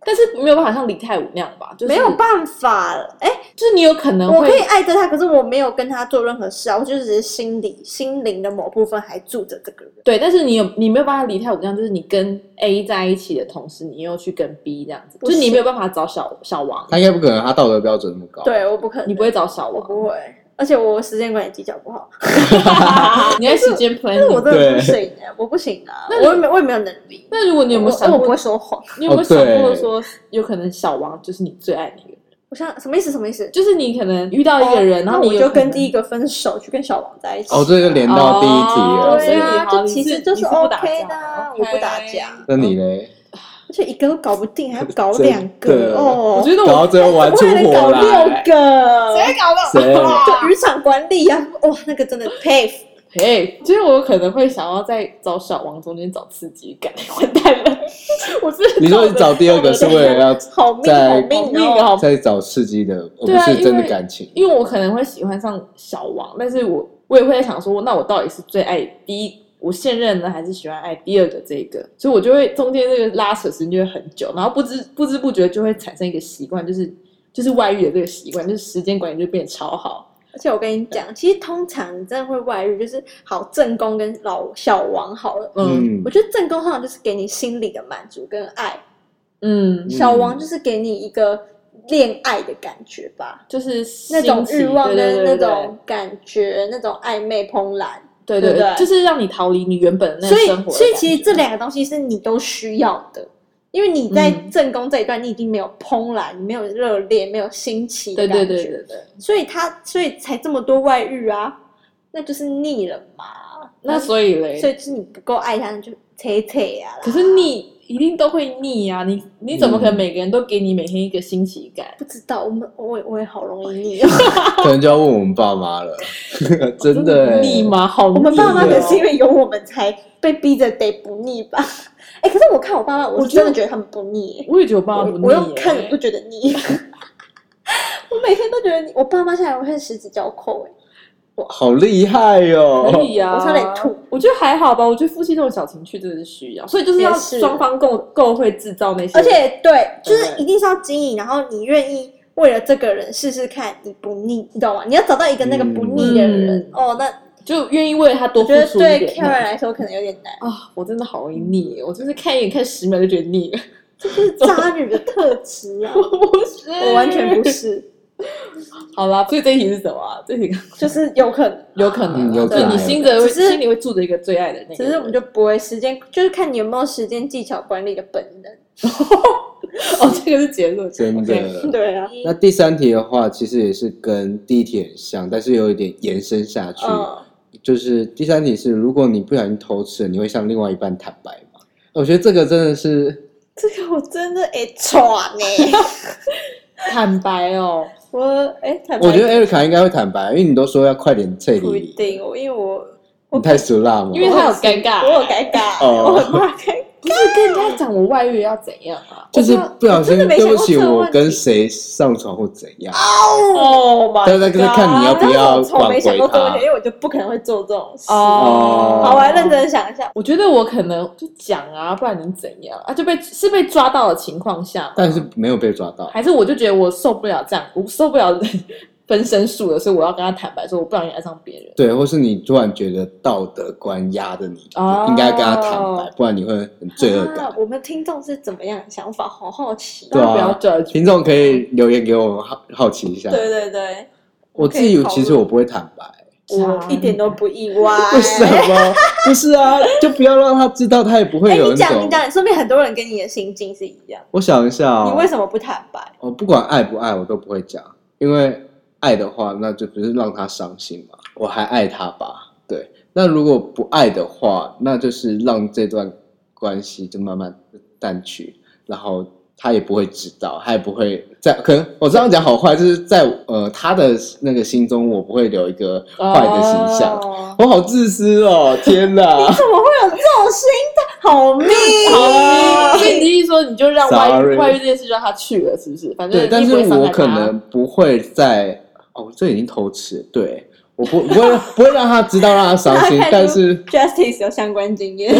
S3: 但是没有办法像李泰武那样吧，就是
S2: 没有，办法，哎、
S3: 就是你有可能
S2: 我可
S3: 会。
S2: 以爱着他，可是我没有跟他做任何事啊，我就只是心里心灵的某部分还住着这个人。
S3: 对，但是你有你没有办法李泰武那样，就是你跟 A 在一起的同时，你又去跟 B 这样子，
S2: 不
S3: 就
S2: 行
S3: 是你没有办法找小小王，啊
S1: 他应该不可能，他道德标准那么高。，
S2: 对，我不可能，
S3: 你不会嗯找小
S2: 我
S3: 王，
S2: 不会，而且我时间管理技巧不好，
S3: 你在时间 p
S2: 但是我
S3: l
S2: 真的不行哎，我不行啊，
S3: 那
S2: 我也没我也没有能力。
S3: 那如果你有没有
S2: 我
S3: 想
S2: 我不
S3: 过
S2: 会，说谎，
S3: 你有没有
S1: 哦
S3: 想过
S1: 对
S3: 说，有可能小王就是你最爱那个人？
S2: 我想什么意思？什么意思？
S3: 就是你可能遇到一个人，
S2: 哦
S3: 然后
S2: 那
S3: 你
S2: 我就跟第一个分手，去跟小王在一起。
S1: 哦，这就连到第一题了。
S3: 哦
S2: 对啊，
S3: 所以你好
S2: 这其实就是
S3: 你是不打
S2: OK 的
S3: 架
S2: 啊，
S3: 的
S2: 我不打
S3: OK
S2: 架，
S1: 那你呢？
S2: 而且一个都搞不定，还要搞
S1: 真的
S2: 两个哦。
S3: 我觉得
S1: 然后
S3: 我
S1: 最后玩
S2: 我
S1: 出
S2: 还能
S1: 火
S2: 搞六
S1: 来，
S2: 个，
S3: 搞啊到
S1: 谁啊
S2: 就渔场管理啊，哇，那个真的佩服。
S3: 嘿，就是我可能会想要在找小王中间找刺激感，完蛋了，我是
S1: 你说你找第二个是为了要
S2: 好命
S1: 在
S2: 好
S3: 好
S2: 命
S3: 命
S2: 哦！
S3: 哦，
S1: 再找刺激的，而
S3: 对
S1: 不
S3: 啊
S1: 是真
S3: 因
S1: 的
S3: 为
S1: 感情。
S3: 因为我可能会喜欢上小王，但是我我也会在想说，那我到底是最爱第一我现任呢，还是喜欢爱第二个这个？所以我就会中间这个拉扯时间就会很久，然后不知不知不觉就会产生一个习惯，就是就是外遇的这个习惯，就是时间管理就变得超好。
S2: 而且我跟你讲，其实通常你真的会外遇，就是好正宫跟老小王好了。
S3: 嗯
S1: 嗯
S2: 我，觉得正宫好像就是给你心理的满足跟爱，
S3: 嗯，
S2: 小王就是给你一个恋爱的感觉吧，
S3: 就是
S2: 那种
S3: 新奇
S2: 欲望
S3: 对
S2: 跟
S3: 对
S2: 那
S3: 对对
S2: 种感觉，那种暧昧怦然。
S3: 对对
S2: 对不对
S3: 就是让你逃离你原本的那
S2: 所
S3: 个
S2: 以
S3: 生活，的
S2: 所以
S3: 感
S2: 其实
S3: 觉
S2: 这两个东西是你都需要的，因为你在
S3: 嗯
S2: 正宫这一段，你已经没有怦然，没有热烈，没有新奇的
S3: 对
S2: 感觉，
S3: 对对对对。
S2: 所以他所以才这么多外遇啊，那就是腻了嘛。
S3: 那所以嘞，
S2: 所以就是你不够爱他，你就切切啊啦。
S3: 可是腻一定都会腻啊！你你怎么可能每个人都给你每天一个新奇感？
S2: 不知道，我们我也我也好容易腻 哦。
S1: 可能就要问我们爸妈 了，真
S3: 的
S1: 的
S3: 腻
S1: 欸？
S2: 啊
S3: 吗？好腻哦，
S2: 我们爸妈可
S1: 可
S2: 是因为有我们才被逼着得不腻吧？ 哎、可是我看我爸妈，我
S3: 我
S2: 是
S3: 觉得
S2: 真的觉得他们不腻、
S3: 我也觉得我爸
S2: 我
S3: 妈不腻
S2: 我
S3: 耶、
S2: 又看不觉得 腻，我每天都觉得腻。我爸妈现在会十指交扣、哎，
S1: 哇，好厉害哦哟、
S3: 可以啊，
S2: 我差点吐。
S3: 我觉得还好吧，我觉得夫妻这种小情趣真的是需要，所以就是要
S2: 也是
S3: 双方够够会制造那些，
S2: 而且对，就是
S3: 嗯
S2: 一定是要经营，然后你愿意为了这个人试试看，你不腻，你懂吗？你要找到一个那个不腻的人
S3: 嗯、
S2: 哦。那
S3: 就愿意为他多
S2: 我
S3: 付
S2: 觉得
S3: 出一
S2: 对
S3: 点
S2: Karen 来说可能有点难，
S3: 啊，我真的好容易腻，
S2: 嗯
S3: 我就是看一眼看十秒就觉得腻了。。
S2: 这是渣女的特质啊
S3: 不是，
S2: 我完全不是，
S3: 好啦，所以这一题是什么啊、这题
S2: 就是有可能，
S3: 有可能啊、
S1: 嗯有可
S3: 对
S1: 能
S3: 你心里会
S2: 只是
S3: 心里会住着一个最爱的那个人，
S2: 只是我们就不会时间，就是看你有没有时间技巧管理的本能。
S3: 哦，这个是结论，
S1: 真
S3: OK
S1: 的。
S2: 对啊，
S1: 那第三题的话，其实也是跟第一题很像，但是有一点延伸下去。
S2: 嗯，
S1: 就是第三题是，如果你不小心偷吃了，你会向另外一半坦白吗？呃我觉得这个真的是，
S2: 这个我真的哎喘呢，
S3: 坦白哦，
S2: 我哎，坦白
S1: 我觉得 Erica 应该会坦白，因为你都说要快点撤
S2: 不一
S1: 离，
S2: 定，我因为我
S1: 你太俗辣吗？
S3: 因为他有尴
S2: 我有
S3: 尬，
S2: 尴尬，
S1: 哦
S2: 我很怕尴尬。
S3: 不是跟人家讲我外遇要怎样 啊
S1: 就是不小
S2: 我
S1: 心
S2: 真的没
S1: 对
S2: 想
S1: 不
S2: 过
S1: 起
S2: 这个
S1: 我
S2: 问题啊
S1: 跟谁上床或怎样，
S3: ？Oh my，
S1: 但是就是看你要不要
S2: 我从
S1: 挽
S2: 没想
S1: 回
S2: 过这个问题，
S1: 他
S2: 因。为我就不可能会做这种事。
S3: 哦，
S2: 好，我来认。真想一下。
S3: 我觉得我可能就讲啊，不然能怎样啊？就被是被抓到的情况下，
S1: 但是没有被抓到，
S3: 还是我就觉得我受不了这样，我受不了 分身术了，所以我要跟他坦白说，我不小心爱上别人。
S1: 对，或是你突然觉得道德观压着你，
S3: 哦
S1: 你应该跟他坦白，不然你会很罪恶感
S2: 啊。我们听众是怎么样的想法？好好奇。哦
S1: 对
S3: 大
S1: 啊
S3: 家不要 judge，
S1: 听众可以留言给我们好好奇一下。
S2: 对对对，
S1: 我自己其实我不会坦白，
S2: 我一点都不意外。
S1: 为什么？ 不是啊，就不要让他知道，他也不会
S2: 哎，
S1: 有
S2: 你
S1: 那
S2: 讲
S1: 种
S2: 你。讲，说明很多人跟你的心境是一样。
S1: 我想一下、哦，
S2: 你为什么不坦白？
S1: 我不管爱不爱，我都不会讲，因为爱的话，那就只是让他伤心嘛。我还爱他吧，对。那如果不爱的话，那就是让这段关系就慢慢淡去，然后他也不会知道，他也不会在可能我这样讲好坏，就是在呃他的那个心中，我不会留一个坏的形象。
S3: 哦
S1: 我好自私哦！天哪！
S2: 怎么会有这种心态？好啊命
S3: 好啊啦，所以你的意思说，你就让外
S1: Sorry
S3: 外遇这件事就让他去了，是不是？反正
S1: 对，但
S3: 你
S1: 是
S3: 不会伤害
S1: 我可
S3: 他
S1: 能不会在哦，这已经偷吃了，对我不不 会不会让他知道让他伤心
S3: 哎
S2: 大，家看
S1: 但
S2: 出
S1: 是
S2: ！Justice 有相关经 验，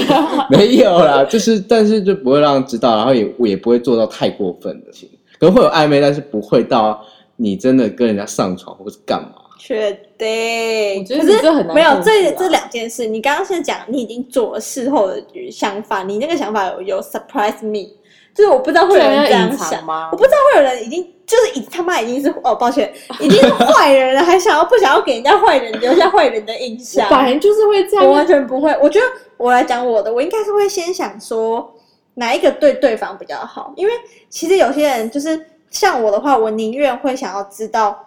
S1: 没有啦，就是但是就不会让他知道，然后也我也不会做到太过分的事情，可能会有暧昧，但是不会到你真的跟人家上床或是干嘛。
S2: 确定。
S3: 我
S2: 可
S3: 觉得
S2: 是
S3: 你这很难
S2: 没有
S3: 控制啊
S2: 这这两件事，你刚刚先讲你已经做了事后的想法，你那个想法有有 surprise me，就是我不知道会有人
S3: 这样
S2: 这样
S3: 啊隐
S2: 想
S3: 藏，吗
S2: 我？不知道会有人已经就是已他妈已经是哦，抱歉，已经是坏人了，还想要不想要给人家坏人留下坏人的印象
S3: 我？本来就是会这样啊
S2: 我，完全不会，我觉得我来讲我的，我应该是会先想说哪一个对对方比较好，因为其实有些人就是像我的话，我宁愿会想要知道，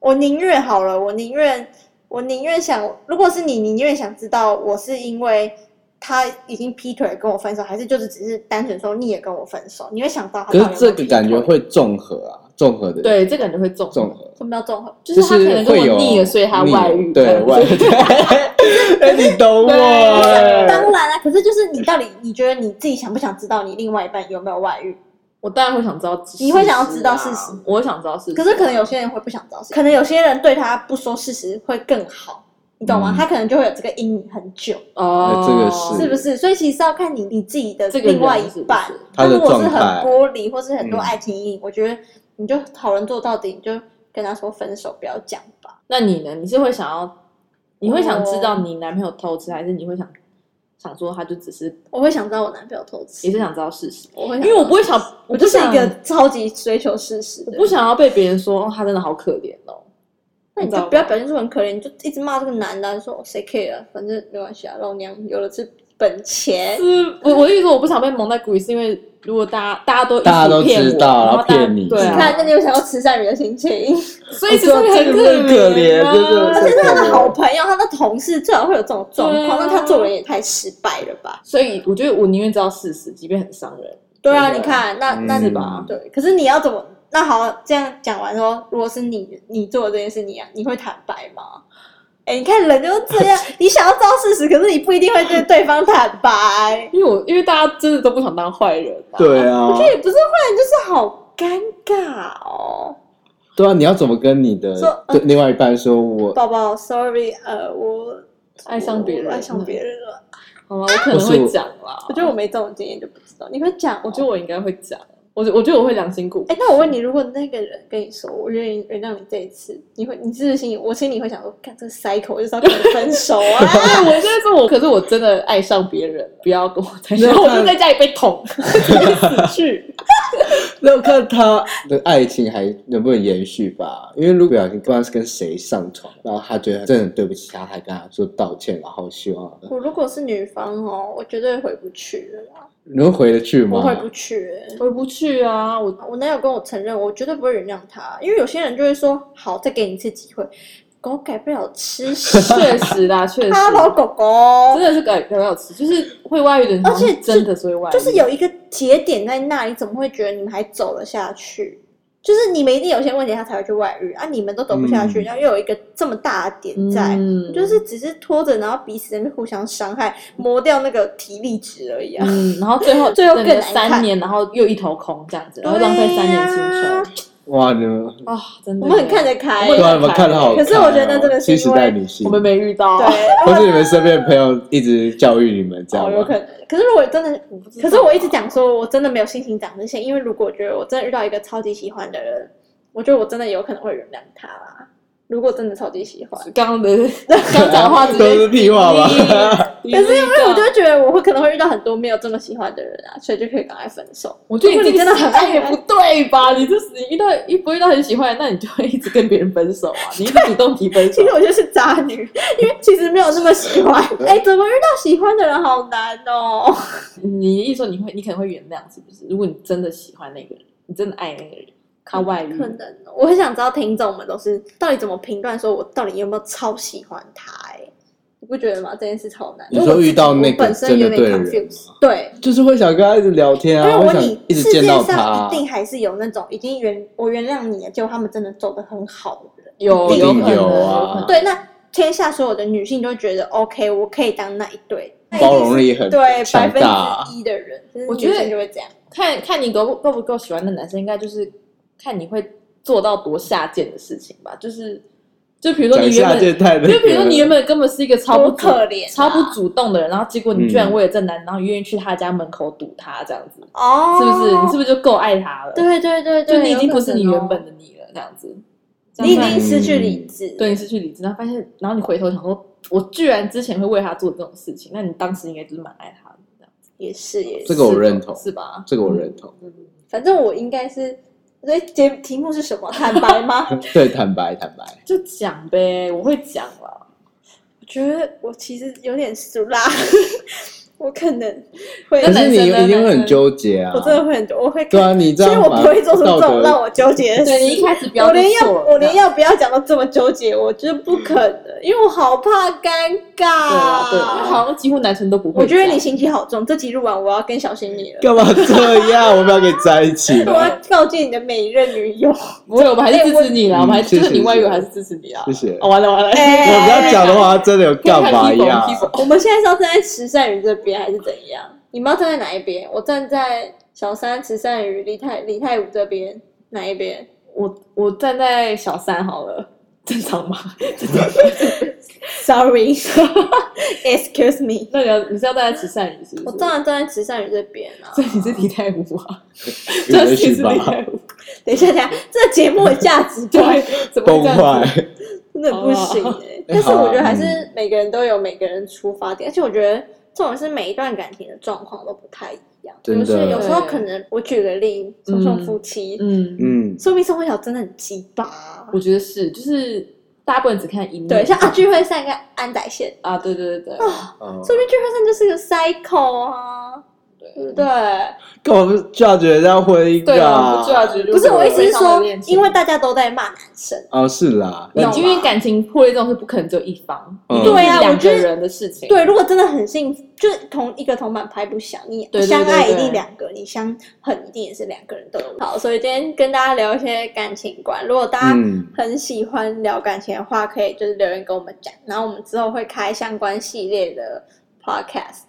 S2: 我宁愿好了，我宁愿我宁愿想，如果是你，你宁愿想知道我是因为他已经劈腿跟我分手，还是就是只是单纯说你也跟我分手，你会想到他
S1: 可
S2: 到
S1: 是
S2: 底有没有
S1: 这个感觉
S2: 劈腿。
S1: 会综合啊，综合的
S3: 对，这感觉会中，
S1: 综合。
S2: 什么叫综合？
S3: 就是他可能跟
S1: 会
S3: 我
S1: 有
S3: 腻了，所以他
S1: 腻
S3: 外遇，
S1: 对外遇，哎，你 懂我
S3: 对
S1: 哎
S2: 当，然啦、可是就是你到底你觉得你自己想不想知道你另外一半有没有外遇？
S3: 我当然会想知道事实啊，
S2: 你会想要知道事实
S3: 我会想知道事实啊。
S2: 可是可能有些人会不想找谁，可能有些人对他不说事实会更好，你懂吗？
S1: 嗯
S2: 他可能就会有这个阴影很久，
S3: 哦，
S1: 哎这个是
S2: 是不是？所以其实是要看你你自己的
S3: 这个
S2: 另外一
S3: 人是不
S2: 半，
S3: 是
S1: 他的
S2: 如果是
S1: 状
S2: 很
S1: 态
S2: 玻璃或是很
S1: 嗯
S2: 多爱情阴影，我觉得你就讨论做到底，你就跟他说分手，不要讲吧。
S3: 那你呢？你是会想要，你会想知道你男朋友偷吃，还是你会想想说他就只是
S2: 我会想知道我男朋友偷吃，
S3: 也是想知道事实？
S2: 我会想
S3: 因
S2: 知道，
S3: 为我不会想，
S2: 我
S3: 我
S2: 就
S3: 不
S2: 是
S3: 想
S2: 一个超级追求事实
S3: 我
S2: 的
S3: 不
S2: 人。
S3: 想要被别人说哦，他真的好可怜哦。
S2: 那你
S3: 知道
S2: 就
S3: 吗
S2: 不要表现出很可怜，你就一直骂这个男的，你说哦谁 care，啊反正没关系啊，老娘有了这本钱。
S3: 是我我的意思，我不想被蒙在鼓里，是因为如果大家大家都
S1: 大家都
S3: 一起骗我
S1: 知道
S3: 然后大家
S1: 然后骗你
S3: 对
S2: 你看，
S3: 啊，
S2: 那你有想过慈善人的心 情？
S3: 所以其实很
S1: 这个很可怜
S3: 啊
S1: 真的
S2: 而且是他的好朋友，他的同事，最好会有这种状
S3: 对啊
S2: 况，那他做人也太失败了吧？
S3: 所以我觉得我宁愿知道事实，即便很伤人。
S2: 对啊，
S3: 对
S2: 你看，那
S1: 嗯
S2: 那
S1: 是吧
S2: 对，可是你要怎么？那好，这样讲完说，如果是你你做的这件事，你啊，你会坦白吗？哎、你看人就是 这样，你想要知道事实，可是你不一定会对对方坦白，
S3: 因为我因为大家真的都不想当坏人、啊，
S1: 对啊
S2: 我，觉得也不是坏人，就是好尴尬哦。
S1: 对啊，你要怎么跟你的
S2: 说呃
S1: 对另外一半说我？
S2: 宝宝，sorry，呃，我
S3: 爱上别人，
S2: 爱上别，人嗯了。
S3: 好吗？我可能会讲啦，
S2: 我觉得我没这种经验就不知道，你会讲哦、
S3: 我觉得我应该会讲，我觉我觉得我会良心鼓
S2: 哎、那我问你，如果那个人跟你说我愿意原谅你这一次，你会你是不是心里我心里会想说，看这 psycho 就是要跟你分手啊？
S3: 哎，我现在说我，可是我真的爱上别人，不要跟我在一起，然后我就在家里被捅，直接死去。
S1: 那我看他 的爱情还能不能延续吧？因为如果不小心不知道是跟谁上床，然后他觉得真的很对不起他，还跟他说道歉，然后希望
S2: 我如果是女方哦，我绝对回不去了啦，
S1: 你能回得去
S2: 我
S1: 吗？
S2: 回不去欸、
S3: 回不去啊，我
S2: 我男友跟我承认，我绝对不会原谅他，因为有些人就会说，好，再给你一次机会，狗改不了吃 屎
S3: 确实啦，确实，
S2: ，Hello 狗狗
S3: 真，的是改改不了词，就是会外遇的人，
S2: 而且
S3: 好像真的是会外遇，
S2: 就是有一个节点在那，你怎么会觉得你们还走了下去？就是你们一定有些问题，他才会去外遇啊，你们都走不下去，
S1: 嗯
S2: 然后又有一个这么大的点在，
S3: 嗯
S2: 就是只是拖着，然后彼此在那边互相伤害，磨掉那个体力值而已啊。
S3: 嗯，然后最后
S2: 最后更
S3: 整个
S2: 难看
S3: 三年，然后又一头空这样子，然后
S2: 对
S3: 浪费三年青
S2: 呀
S3: 春
S1: 哇，你们
S3: 啊，真的，
S2: 我们很看得开
S3: 我
S1: 对
S3: 们
S1: 啊，
S3: 很
S1: 你们看得好看哦，
S2: 可是我觉得真的是因
S1: 新
S2: 为
S1: 时代女性
S3: 我，们没遇到，
S2: 对，
S1: 或是你们身边的朋友一直教育你们这样
S2: 哦，有可
S1: 吗？
S2: 能。可是如果真的
S3: 我不知道啊
S2: 可是我一直讲说，我真的没有信心长这些，因为如果我觉得我真的遇到一个超级喜欢的人，我觉得我真的有可能会原谅他啦。如果真的超级喜欢，
S3: 刚 刚的刚讲话直接
S1: 都是屁话吧？
S3: 可
S2: 可是因为我就觉得我会可能会遇到很多没有这么喜欢的人啊，所以就可以赶快分手。
S3: 我觉得
S2: 如果
S3: 你
S2: 你真的很爱
S3: 也
S2: 人
S3: 不对吧？你就是你遇到一不遇到很喜欢的，那你就会一直跟别人分手啊，你一直主动提分手啊
S2: 其实。我就是渣女，因为其实没有那么喜欢。哎、怎么遇到喜欢的人好难哦。
S3: 你一说你会，你可能会原谅，是不是？如果你真的喜欢那个人，你真的爱那个人，他外遇
S2: 可，能哦我很想知道听众们都是到底怎么评断，说我到底有没有超喜欢他、哎，你不觉得吗？这件事超难。
S1: 你
S2: 因为
S1: 说
S2: 我
S1: 遇到那
S2: 我本
S1: 个
S2: 身
S1: 真
S2: 有
S1: 的
S2: 点
S1: 对的人
S2: confused。对，
S1: 就是会想跟他一直聊天啊，
S2: 但
S1: 会
S2: 我
S1: 想
S2: 你
S1: 一直
S2: 世界
S1: 见到他
S2: 上
S1: 啊
S2: 一。定还是有那种已经原我原谅你了，结果他们真的走的很好的人。
S3: 有
S2: 一
S3: 有
S2: 定
S3: 可能
S1: 有啊
S3: 有可能
S2: 对，那天下所有的女性都会觉得 OK，我可以当那一对，那一定
S1: 包
S2: 是
S1: 容力很
S2: 对百
S1: 强
S2: 分
S1: 大，啊
S2: 之一的人，就是
S3: 我觉得
S2: 女生就会这样。
S3: 看看你够不够不够喜欢的男生，应该就是看你会做到多下贱的事情吧。就是，就比如说
S1: 讲
S3: 你原
S1: 下
S3: 本，
S1: 这太那个
S3: 就比如说你原本根本是一个超不
S2: 多可怜啊
S3: 主超不主动的人，然后结果你
S1: 嗯
S3: 居然为了这男，然后愿意去他家门口堵他，这样子，
S2: 哦，
S3: 是不是？你是不是就够爱他了？，
S2: 对对对对，
S3: 就你已经
S2: 有
S3: 不
S2: 可
S3: 是你
S2: 能哦
S3: 原本，的你了，这样子。这
S2: 你已
S3: 样看
S2: 经失去
S1: 嗯
S2: 理智。
S3: 对你失去理智，然后发现，然后你回头想说，我居然之前会为他做这种事情，那你当时应该就是蛮爱他的，这样
S2: 也是也
S1: 这
S2: 是，
S1: 个我认同，
S3: 是吧？
S1: 这个我认同。
S3: 嗯。
S2: 反正我应该是。所以节题目是什 么？坦白吗？
S1: 对，坦白坦白，
S3: 就讲呗，我会讲啦。
S2: 我觉得我其实有点俗啦，我可能会，
S1: 可
S3: 那
S1: 是
S3: 男
S1: 你
S3: 生呢
S1: 一定会
S3: 男
S1: 很
S3: 生
S1: 纠结啊
S2: 我。真的会很多，我会
S1: 对
S2: 看，
S1: 啊，你
S2: 其
S1: 这
S2: 实
S1: 样
S2: 我不
S1: 把
S2: 会做出这
S1: 道
S2: 种
S1: 德
S2: 让我纠结的事。
S3: 对你一开始不要
S2: 我连要
S3: 做了
S2: 哎我连要不要讲到这么纠结，我觉得不可能，因为我好怕尴
S3: 对啦
S1: 啊
S2: 尬。
S3: 对啦，因为好像几乎男生都不会
S2: 我觉
S3: 讲。
S2: 得你心机好重，这集录完我要跟小新你了，
S1: 干嘛这样？我们要跟你在一起
S2: 我
S1: 了
S2: 要，告诫你的每一任女友。
S3: 不会，我们还是支持你
S1: 哎
S3: 啦，
S1: 我
S3: 我们还是
S1: 嗯
S3: 就是你
S1: 谢谢
S3: 外遇，我还是支持你啊。
S1: 谢谢
S3: 哦，完了完了，
S1: 我
S2: 哎
S1: 不要讲的话，他真的有 干嘛呀？
S2: 我们现在是要站在慈善鱼这边还是怎样？你们要站在哪一边？我站在小三慈善鱼李泰李泰武这边，哪一边？
S3: 我我站在小三好了，正常吗？
S2: Sorry，excuse me，
S3: 那你要你是要站在慈善椅是不是？
S2: 我当然站在慈善宇这边啊
S3: 所。以你是李泰武 啊，
S1: 也
S3: 是你
S1: 许
S3: 是
S1: 吧
S3: 李，泰武，
S2: 等一下，等一下，这个节目的价值
S3: 就
S2: 观
S3: 会怎么会
S1: 崩
S3: 这样子？
S1: 坏。
S2: 真的不行
S3: 哦
S2: 哎、但是我
S1: 啊
S2: 觉得
S1: 嗯
S2: 还是每个人都有每个人出发点，而且我觉得这种是每一段感情的状况都不太一样。
S1: 真的
S2: 就是有时候
S3: 对
S2: 可能我举个例，双双夫妻，
S3: 嗯嗯，
S1: 嗯，
S2: 说明宋慧乔真的很鸡巴。啊
S3: 我觉得是，就是大家不能只看一面。
S2: 对，像啊聚会散跟安宰宪，
S3: 啊，对对对对，
S2: 啊，
S1: 哦
S2: 说不定聚会散就是个 cycle 啊。
S3: 对对
S2: 对，
S1: 干嘛不是 judge 人家婚姻
S3: 对啊，
S1: 啊？
S3: 不 judge 就
S2: 不是我意思是
S3: 非常
S2: 说
S3: 的恋，情
S2: 因为大家都在骂男生，
S1: 哦，是啦，
S2: 你
S1: 那
S2: 懂
S3: 因为
S2: 吗
S3: 感情破裂这种事不可能只有一方，
S1: 嗯
S3: 一定
S2: 对啊
S3: 是
S2: 我
S3: 两
S2: 觉
S3: 个
S2: 得
S3: 人的事情。
S2: 对，如果真的很幸福，就是同一个铜板拍不响，你
S3: 对对
S2: 相爱
S3: 对
S2: 一
S3: 对
S2: 定两个，你相恨一定也是两个人都有。好，所以今天跟大家聊一些感情观，如果大家
S1: 嗯
S2: 很喜欢聊感情的话，可以就是留言跟我们讲，然后我们之后会开相关系列的 podcast，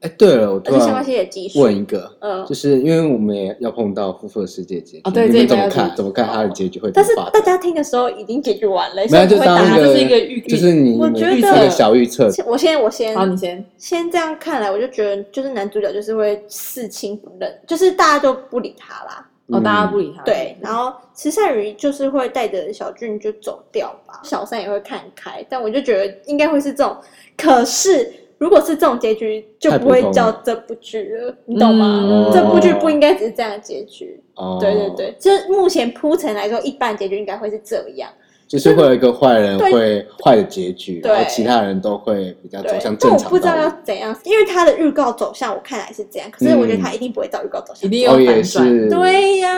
S1: 哎，对了，我
S2: 而
S1: 突
S2: 且相关
S1: 然
S2: 系列技术，
S1: 问一个，
S2: 嗯
S1: 就。是因为我们也要碰到夫妇的世界结局，
S3: 哦对
S1: 你
S3: 这
S1: 们
S3: 应
S1: 怎么
S3: 该要
S1: 看？
S3: 解
S1: 怎么看他的结局会
S2: 但
S1: 怎
S2: 是
S1: 么发展？
S2: 大家听的时候已经解决完了，
S1: 没
S2: 所以
S1: 有
S2: 不
S1: 就
S2: 会
S1: 当
S2: 打
S3: 一个
S2: 来。
S3: 这是一个预
S1: 就是你
S2: 我
S1: 们
S2: 觉
S1: 预测
S2: 得
S1: 的小预测，
S2: 我先我先
S3: 好，你先。
S2: 先这样看来，我就觉得就是男主角就是会视亲不认，就是大家就不理他啦。
S3: 哦，
S1: 嗯
S3: 大家不理他。
S2: 对，然后池善宇就是会带着小俊就走掉吧，小三也会看开，但我就觉得应该会是这种。可是如果是这种结局，就不会
S1: 太普通
S2: 叫
S1: 了
S2: 这部剧了，你懂吗？
S1: 嗯
S2: 这部剧不应该只是这样的结局。
S1: 哦，
S2: 对对，对，就是目前铺陈来说，一般结局应该会是这样。
S1: 就是会有一个坏人
S2: 对
S1: 会坏的结局，
S2: 对
S1: 然后其他人都会比呃较走
S2: 对，
S1: 向
S2: 但
S1: 正
S2: 我
S1: 常
S2: 不知道要
S1: 道
S2: 怎样，因为他的预告走向我看来是这样，可是我觉得他一定不会照预告走
S3: 一
S2: 向。
S3: 定
S1: 路
S3: 有
S1: 哦，也
S3: 反转，
S1: 是，
S2: 对呀、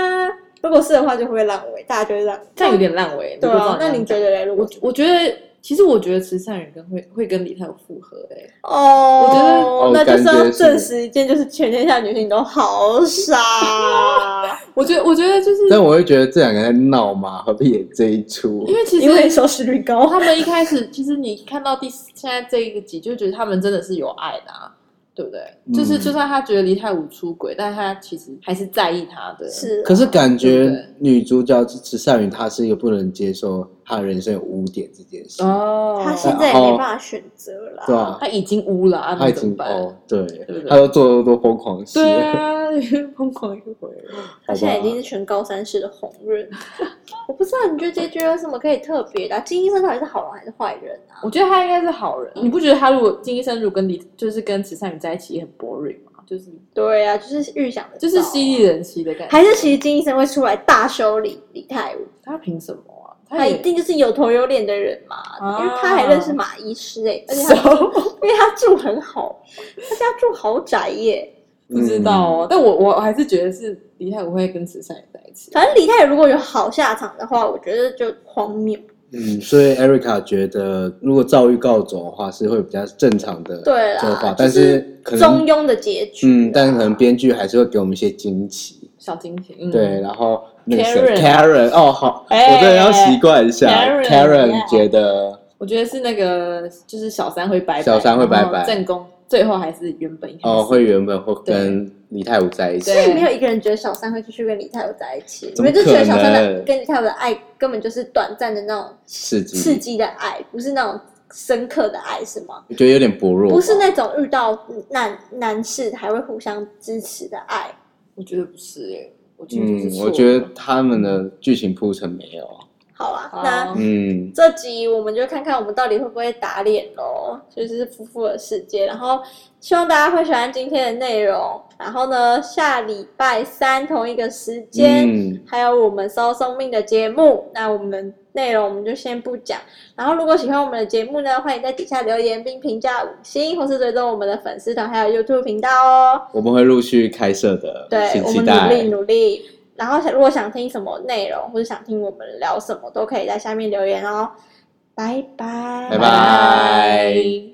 S2: 如果是的话，就会烂尾，大家就会 烂尾。
S3: 这样有点烂尾。
S2: 对
S3: 如果
S2: 啊
S3: 照，
S2: 那
S3: 样
S2: 你
S3: 讲
S2: 觉得嘞？如果
S3: 我我觉得，其实我觉得慈善人跟会会跟李泰有复合哎、
S2: 哦，
S3: 我觉得
S1: 哦
S2: 那就是
S1: 感觉
S2: 要
S1: 是
S2: 证实一件，就是全天下女性都好傻。
S3: 我觉得我觉得就是
S1: 但我会觉得这两个人在闹嘛，何必演这一出
S3: 因？为其实
S2: 因为收视率高，
S3: 他们一开始其实你看到第四现在这一个集，就觉得他们真的是有爱的、啊，对不对？
S1: 嗯
S3: 就是就算他觉得李泰武出轨，但他其实还是在意他的。
S2: 是啊
S1: 可是感
S3: 对不
S1: 觉
S3: 对
S1: 女主角池善宇她是一个不能接受她人生有污点这件事，
S3: 哦，
S2: 他现在也没办法选择啦。
S1: 对吧？
S3: 他已经污了，啊、
S1: 她
S3: 那
S1: 已
S3: 怎么
S1: 经
S3: 办？
S1: 哦，对
S3: 对不对，
S1: 她又做了多疯狂的事，
S3: 对啊， 疯狂一回。
S2: 他
S1: 好吧嗯
S2: 现在已经是全高三式的红润。 我不知道你觉得结局有什么可以特别的、啊？金医生到底是好人还是坏人啊？
S3: 我觉得他应该是好人，你不觉得他如果金医生如果跟李就是跟慈善宇在一起也很 boring 吗？就是
S2: 对啊，就是预想的，
S3: 就是犀利人妻的感觉，
S2: 还是其实金医生会出来大修理李泰武，
S3: 他凭什么啊？
S1: 哎
S2: 他
S3: 也
S2: 一 定就是有头有脸的人嘛，
S3: 啊
S2: 因为他还认识马医师哎、而且他因为他住很好，他家住豪宅耶。
S1: 嗯
S3: 不知道哦， 但我我还是觉得是李泰武会跟慈善宇在一起。啊
S2: 反正李泰武如果有好下场的话，我觉得就荒谬。
S1: 嗯，所以 Erica 觉得，如果照预告走的话，是会比较正常的
S2: 对啦
S1: 做法，
S2: 就是
S1: 但是可能
S2: 中庸的结局、
S1: 嗯，但可能。编剧还是会给我们一些惊奇。
S3: 小惊喜，嗯、
S1: 对，，然后那个谁
S3: Karen
S1: Karen 哦，好，
S3: 哎
S1: 我真的要习惯一下
S3: Karen，
S2: 哎
S1: Karen 觉得
S3: 我觉得是那个就是小三会拜拜，
S1: 小三会拜拜
S3: 然后正宫最后还是原本一开始
S1: 哦，会原本会跟李泰武在一起
S2: 所，以
S3: 对
S2: 没有一个人觉得小三会继续跟李泰武在一起，你
S1: 怎么
S2: 们就觉得小三
S1: 可
S2: 的
S1: 能
S2: 跟李泰武的爱根本就是短暂的那种
S1: 刺激
S2: 刺激的爱，不是那种深刻的爱，是吗？
S1: 我觉得有点薄弱吧，
S2: 不是那种遇到难难事还会互相支持的爱，
S3: 我觉得不是耶，我觉得就是
S1: 嗯，
S3: 错
S1: 我觉得他们的剧情铺陈没有，
S2: 好啊，
S3: 好
S2: 那。
S1: 嗯，
S2: 这集我们就看看我们到底会不会打脸喽，就是夫妇的世界。然后希望大家会喜欢今天的内容。然后呢，下礼拜三同一个时间，
S1: 嗯，
S2: 还有我们搜生命的节目，那我们内容我们就先不讲。然后如果喜欢我们的节目呢，欢迎在底下留言并评价五星，或是追踪我们的粉丝团还有 YouTube 频道哦。
S1: 我们会陆续开设的，
S2: 对，
S1: 请
S2: 我
S1: 期
S2: 们
S1: 待
S2: 努。力努力。然后想如果想听什么内容，或者想听我们聊什么，都可以在下面留言哦。拜拜，
S1: 拜拜。